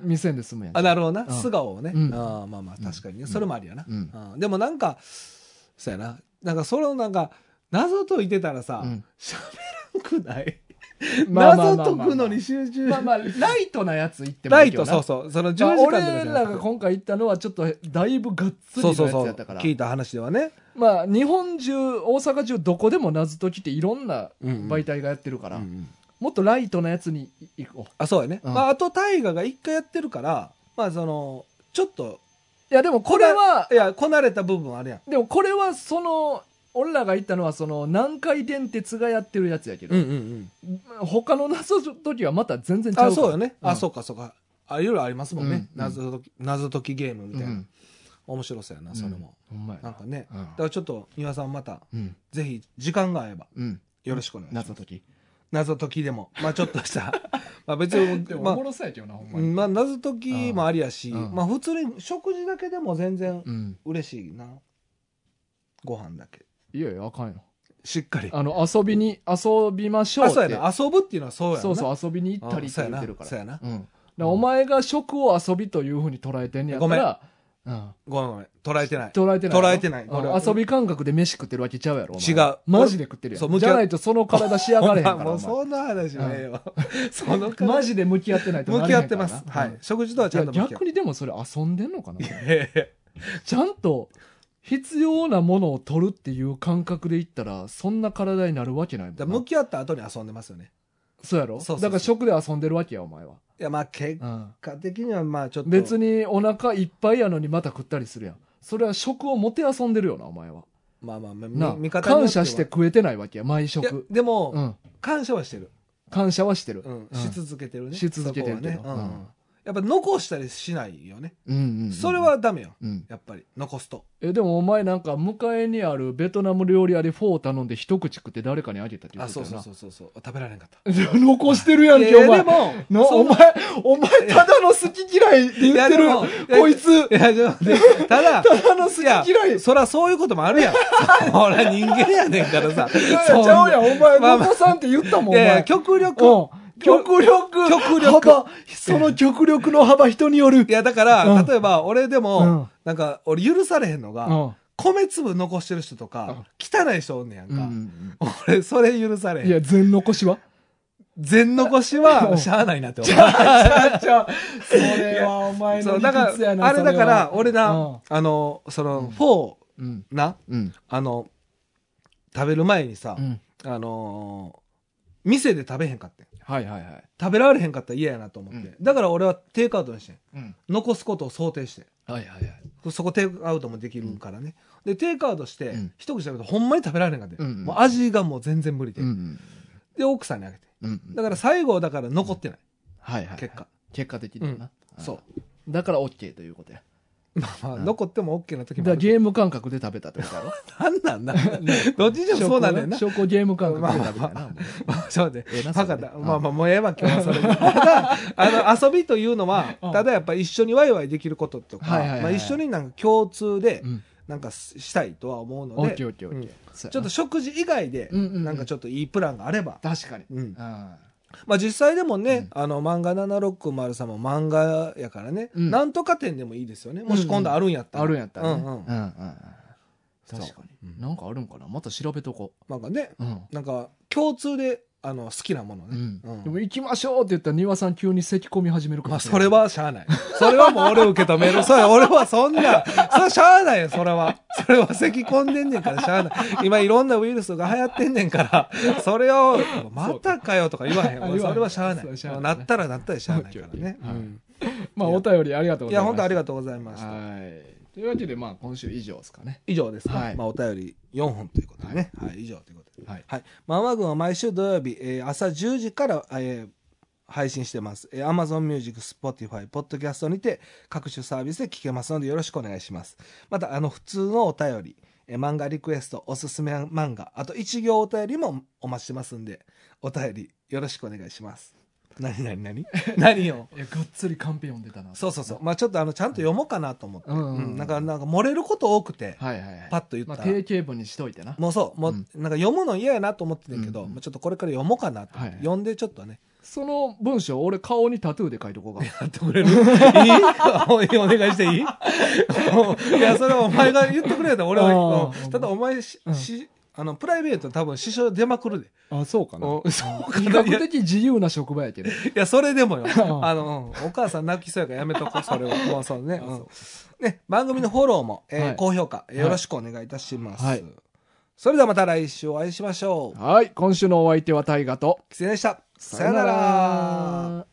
Speaker 3: 店で済むやん。
Speaker 2: あ、なるほどな。
Speaker 3: うん
Speaker 2: 素顔をね。
Speaker 3: うん
Speaker 2: あーまあまあ、確かにね。
Speaker 3: うん
Speaker 2: それもありやな、
Speaker 3: うん
Speaker 2: うんでもなんか、そうやな。なんか、そのなんか、謎解いてたらさ
Speaker 3: うん、
Speaker 2: 喋、らんくない、
Speaker 3: <laughs> まあまあまあまあ
Speaker 2: 謎解くのに集中。
Speaker 3: まあまあ、ライトなやつ行っても
Speaker 2: ラ
Speaker 3: いい
Speaker 2: イ
Speaker 3: けど
Speaker 2: ト、
Speaker 3: な。
Speaker 2: そうそう。その10時
Speaker 3: まあ
Speaker 2: 間とかじゃな
Speaker 3: 俺
Speaker 2: くて
Speaker 3: らが今回行ったのはちょっとだいぶがっつりの
Speaker 2: そ
Speaker 3: や
Speaker 2: う
Speaker 3: つ
Speaker 2: そうそう。
Speaker 3: やったから
Speaker 2: 聞いた話ではね。
Speaker 3: まあ日本中大阪中どこでも謎解きっていろんな
Speaker 2: うんうん
Speaker 3: 媒体がやってるから、
Speaker 2: うんうん
Speaker 3: もっとライトなやつに行こう
Speaker 2: あ、そうやね。
Speaker 3: うん
Speaker 2: まあ、あと、大河が一回やってるから、まあ、その、ちょっと、
Speaker 3: いやでもこれはい
Speaker 2: や、こなれた部分あるやん。
Speaker 3: でもこれはその俺らが行ったのはその南海電鉄がやってるやつやけど、
Speaker 2: うんうん。
Speaker 3: 他の謎解きはまた全然ちゃう
Speaker 2: あ、
Speaker 3: から
Speaker 2: そうよね。
Speaker 3: う
Speaker 2: あ、
Speaker 3: ん
Speaker 2: そうか、そうか。あ、いろいろありますもん
Speaker 3: うんう
Speaker 2: ね
Speaker 3: ん。
Speaker 2: 謎解き、謎解きゲームみ
Speaker 3: う
Speaker 2: たいな。
Speaker 3: ん
Speaker 2: 面白そうやな、それも。
Speaker 3: ほんまや
Speaker 2: なん
Speaker 3: な
Speaker 2: かね。
Speaker 3: う
Speaker 2: だ
Speaker 3: ん
Speaker 2: からちょっと、庭さんまた、
Speaker 3: うん
Speaker 2: ぜひ、時間が合えば、
Speaker 3: うん
Speaker 2: よろしくお願いします。
Speaker 3: 謎解き
Speaker 2: 謎解きでも。まあ、ちょっと
Speaker 3: <laughs>
Speaker 2: した。まあ、別に
Speaker 3: で、も
Speaker 2: ま
Speaker 3: お
Speaker 2: あ
Speaker 3: も、ろそうやけどなほんま
Speaker 2: う
Speaker 3: に
Speaker 2: んまあ、謎解きもありやし、
Speaker 3: うん
Speaker 2: まあ、普通に食事だけでも全然
Speaker 3: うん
Speaker 2: 嬉しいな。ご飯だけ。
Speaker 3: いやいやあかんよ
Speaker 2: しっかり。
Speaker 3: あの遊びに遊びましょう
Speaker 2: あ、
Speaker 3: って
Speaker 2: そうやな。遊ぶっていうのはそうやな。
Speaker 3: そうそう遊びに行ったり
Speaker 2: あ
Speaker 3: って
Speaker 2: そう
Speaker 3: 言
Speaker 2: やな
Speaker 3: ってるから
Speaker 2: そうやな
Speaker 3: うんだからお前が食を遊びというふうに捉えてんねやったらうん
Speaker 2: ごめんごめん。捉えてない。
Speaker 3: 捉えてないの。
Speaker 2: 捉えてない俺は
Speaker 3: うん遊び感覚で飯食ってるわけちゃうやろ。お前
Speaker 2: 違う
Speaker 3: マジで食ってるや。
Speaker 2: そうん向き
Speaker 3: じ
Speaker 2: 合う
Speaker 3: ゃないとその体仕上がれへんか
Speaker 2: ほ <laughs>
Speaker 3: ら。
Speaker 2: んまも
Speaker 3: お
Speaker 2: うそ
Speaker 3: 前
Speaker 2: んな話はええよ。その
Speaker 3: マ
Speaker 2: ジ
Speaker 3: ジで向き合ってないとな
Speaker 2: 向
Speaker 3: れへん
Speaker 2: き
Speaker 3: から
Speaker 2: 合ってます。
Speaker 3: な
Speaker 2: は
Speaker 3: うん
Speaker 2: い。食事とはちゃんと
Speaker 3: いや
Speaker 2: 向き合
Speaker 3: 逆にでもそれ遊んでんのか
Speaker 2: <laughs>
Speaker 3: な
Speaker 2: う。
Speaker 3: ちゃんと必要なものを取るっていう感覚でいったらそんな体になるわけないもん
Speaker 2: だ
Speaker 3: な
Speaker 2: 向き合った後に遊んでますよね。
Speaker 3: そうやろ
Speaker 2: そうそうそう
Speaker 3: だから食で遊んでるわけやお前は、
Speaker 2: いや、まあ結
Speaker 3: うん、
Speaker 2: 果的にはまあちょっと。
Speaker 3: 別
Speaker 2: に。
Speaker 3: にお腹いっぱいやのにまた食ったりするやんそれは食をもて遊んでるよなお前は
Speaker 2: まあまあ、み
Speaker 3: なあ
Speaker 2: 味方によっは
Speaker 3: 感謝して。食えてないわけや毎
Speaker 2: いや
Speaker 3: 食、
Speaker 2: でも、
Speaker 3: うん、
Speaker 2: 感謝はしてる。
Speaker 3: 感謝はしてる、
Speaker 2: うん。
Speaker 3: うん
Speaker 2: し続けてるね。
Speaker 3: し続けてるけど
Speaker 2: そこはね。うん
Speaker 3: う
Speaker 2: うんん。やっぱ残したりしないよね。
Speaker 3: うんうんうん
Speaker 2: それ、はダメよ。
Speaker 3: うん、
Speaker 2: やっぱり。残すと。
Speaker 3: えでもお前なんか迎えにあるベトナム料理屋でフォー頼んで一口食って誰かにあげたって言
Speaker 2: あ、
Speaker 3: ってた
Speaker 2: そう
Speaker 3: よな
Speaker 2: そうそうそうそう。食べられなかった。
Speaker 3: <laughs> 残してるやん
Speaker 2: い
Speaker 3: け
Speaker 2: や
Speaker 3: お前
Speaker 2: でも、
Speaker 3: な
Speaker 2: そ
Speaker 3: お
Speaker 2: んな
Speaker 3: 前お前ただの好き嫌いって言って
Speaker 2: い
Speaker 3: る
Speaker 2: やでも
Speaker 3: こいつ
Speaker 2: いや、でもね、ただ、
Speaker 3: <laughs> ただの好き嫌い
Speaker 2: そらそういうこともある
Speaker 3: <laughs>
Speaker 2: やん。そら人間やねんからさ。
Speaker 3: いやいやちゃうやんお前
Speaker 2: まあまあ
Speaker 3: 残さんって言ったもんお
Speaker 2: いやいや
Speaker 3: 前
Speaker 2: 極力。
Speaker 3: うん極力
Speaker 2: 極力
Speaker 3: 幅その極力の幅人による
Speaker 2: いや、だから、
Speaker 3: うん
Speaker 2: 例えば、俺でも、
Speaker 3: うん
Speaker 2: なんか、俺許されへんのが、
Speaker 3: うん
Speaker 2: 米粒残してる人とか、汚い人おんねやんか。
Speaker 3: うん
Speaker 2: 俺、それ許され
Speaker 3: い
Speaker 2: へん。
Speaker 3: や全残し
Speaker 2: <laughs>
Speaker 3: は
Speaker 2: 全残し
Speaker 3: うん
Speaker 2: は、しゃあないなって思う。
Speaker 3: じゃあそれはお前
Speaker 2: そ
Speaker 3: の
Speaker 2: う、だか
Speaker 3: 理屈や
Speaker 2: ら、
Speaker 3: な
Speaker 2: あれだか
Speaker 3: そ
Speaker 2: ら、俺な、
Speaker 3: うん
Speaker 2: あの、その、
Speaker 3: うん
Speaker 2: フォ
Speaker 3: れはうん
Speaker 2: ーな、
Speaker 3: うん
Speaker 2: あの、食べる前にさ、
Speaker 3: うん
Speaker 2: あのー店で食べへんかってん。
Speaker 3: はいはいはい
Speaker 2: 食べられへんかったら嫌やなと思って。
Speaker 3: う
Speaker 2: だから俺はテイクアウトにしてん。
Speaker 3: うん
Speaker 2: 残すことを想定して。
Speaker 3: はいはいはい
Speaker 2: そこテイクアウトもできるからね。で、テイクアウトして、
Speaker 3: うん
Speaker 2: 一口食べてほんまに食べられへんかって、
Speaker 3: うんうん
Speaker 2: もう味がもう全然無理で。
Speaker 3: うん
Speaker 2: で、奥さんにあげて。
Speaker 3: うん
Speaker 2: だから最後だから残ってない。
Speaker 3: はいはいはい
Speaker 2: 結果。
Speaker 3: 結果的にはな、ん
Speaker 2: そう。
Speaker 3: だから OK ということや
Speaker 2: まあまあ、
Speaker 3: うん
Speaker 2: 残っても OK な時
Speaker 3: だ
Speaker 2: も
Speaker 3: か
Speaker 2: あ
Speaker 3: ら
Speaker 2: る。
Speaker 3: ゲーム感覚で食べたってことだろ <laughs>
Speaker 2: なんなんだ。どっちにしてもそうなんだよな。
Speaker 3: 証拠ゲーム感覚で食べた
Speaker 2: ま
Speaker 3: よ
Speaker 2: あまあ
Speaker 3: なもう
Speaker 2: まあ、ちょっと待
Speaker 3: ええ
Speaker 2: っ
Speaker 3: な
Speaker 2: て。
Speaker 3: それ
Speaker 2: バカだ。
Speaker 3: うん
Speaker 2: まあまあ、もうええわ、今日は
Speaker 3: <laughs>
Speaker 2: それで。ただ、あの、遊びというのは
Speaker 3: うん、
Speaker 2: ただやっぱ一緒にワイワイできることとか、
Speaker 3: はいはいはい
Speaker 2: まあ一緒になんか共通で
Speaker 3: う、ん
Speaker 2: なんかしたいとは思うので、
Speaker 3: OKOKOK、
Speaker 2: うん
Speaker 3: そうやな
Speaker 2: ちょっと食事以外で、
Speaker 3: うんうんうん
Speaker 2: なんかちょっといいプランがあれば、
Speaker 3: 確かに、
Speaker 2: うん
Speaker 3: あ
Speaker 2: まあ実際でもね、あの漫画760さんも漫画やからね、
Speaker 3: うん
Speaker 2: なんとか店でもいいですよね。もし今度あるんやったら。
Speaker 3: るんやったらね、
Speaker 2: うんうん
Speaker 3: うんうんうん確かに、
Speaker 2: うん
Speaker 3: なんかあるんかなまた調べとこ
Speaker 2: なんかね、
Speaker 3: う、うん
Speaker 2: なんか共通で、あの、好きなもの
Speaker 3: う
Speaker 2: ね。
Speaker 3: ん
Speaker 2: うん
Speaker 3: でも行きましょうって言ったら丹羽さん急に咳込み始めるか
Speaker 2: ま
Speaker 3: も
Speaker 2: あ
Speaker 3: し
Speaker 2: そ
Speaker 3: れな
Speaker 2: れ
Speaker 3: い、
Speaker 2: はしゃあない。それはもう俺受け止め
Speaker 3: <laughs>
Speaker 2: る。それ俺はそんな、それはしゃあないよ、それは。それは咳込んでんねんからしゃあない。今いろんなウイルスが流行ってんねんから、それを、またかよとか言わへん。
Speaker 3: あ言わへ
Speaker 2: 俺
Speaker 3: ん
Speaker 2: それはしゃあな
Speaker 3: そう
Speaker 2: い。
Speaker 3: しゃあな
Speaker 2: ないったらなったでしゃあないからね。
Speaker 3: はい
Speaker 2: うん
Speaker 3: まあお便りありがとう
Speaker 2: い
Speaker 3: ござい
Speaker 2: や、
Speaker 3: ます
Speaker 2: 本当あり
Speaker 3: が
Speaker 2: がとうございました。
Speaker 3: はいというわけでまあ今週以上ですかね
Speaker 2: 以上ですか、
Speaker 3: はい
Speaker 2: まあ、お便り4本ということでね、はい以上ということで、
Speaker 3: はい
Speaker 2: はい、マンワ軍は毎週土曜日、えー朝10時から、えー配信してます、えー、Amazon Music、Spotify、Podcast にて各種サービスで聞けますのでよろしくお願いしますまたあの普通のお便り、えー漫画リクエストおすすめ漫画あと一行お便りもお待ちしてますんでお便りよろしくお願いします何何何 <laughs> 何を
Speaker 3: いやがっつりカンペ読んでたな
Speaker 2: そうそうそうまあちょっとあのちゃんと読もうかなと思って、
Speaker 3: うんうんうん
Speaker 2: なんかなんか漏れること多くて、
Speaker 3: はいはいはい
Speaker 2: パッと言った
Speaker 3: まあ、
Speaker 2: ら、
Speaker 3: 定型文にしといてな
Speaker 2: もうそう、もう、
Speaker 3: うん
Speaker 2: なんか読むの嫌やなと思ってたけど、
Speaker 3: うん
Speaker 2: まあちょっとこれから読もうかなと思って、
Speaker 3: はい
Speaker 2: 読んでちょっと
Speaker 3: <laughs>
Speaker 2: ね、
Speaker 3: その文章俺顔にタトゥーで書いとこうか
Speaker 2: やってくれるいいお願いしていいいや、それはお前が言ってくれたら俺は
Speaker 3: あー、
Speaker 2: うんただお前し、
Speaker 3: うん
Speaker 2: しあの、プライベート多分支障出まくるで。
Speaker 3: <laughs> あそうか
Speaker 2: うんそうか <laughs>
Speaker 3: 比
Speaker 2: な。い
Speaker 3: 較
Speaker 2: や、い
Speaker 3: 的自由な職場やけど <laughs>
Speaker 2: やそれでもよ。
Speaker 3: ん
Speaker 2: あの、うんお母さん泣きそうやからやめとこう、それは。
Speaker 3: <laughs>
Speaker 2: もうそうね。う
Speaker 3: あそ
Speaker 2: んね、番組のフォローも、えー
Speaker 3: はい
Speaker 2: 高評価、よろしくお願いいたします。
Speaker 3: はい
Speaker 2: それではまた来週お会いしましょう。
Speaker 3: はい今週のお相手は大ガと
Speaker 2: きつねでした。さよなら。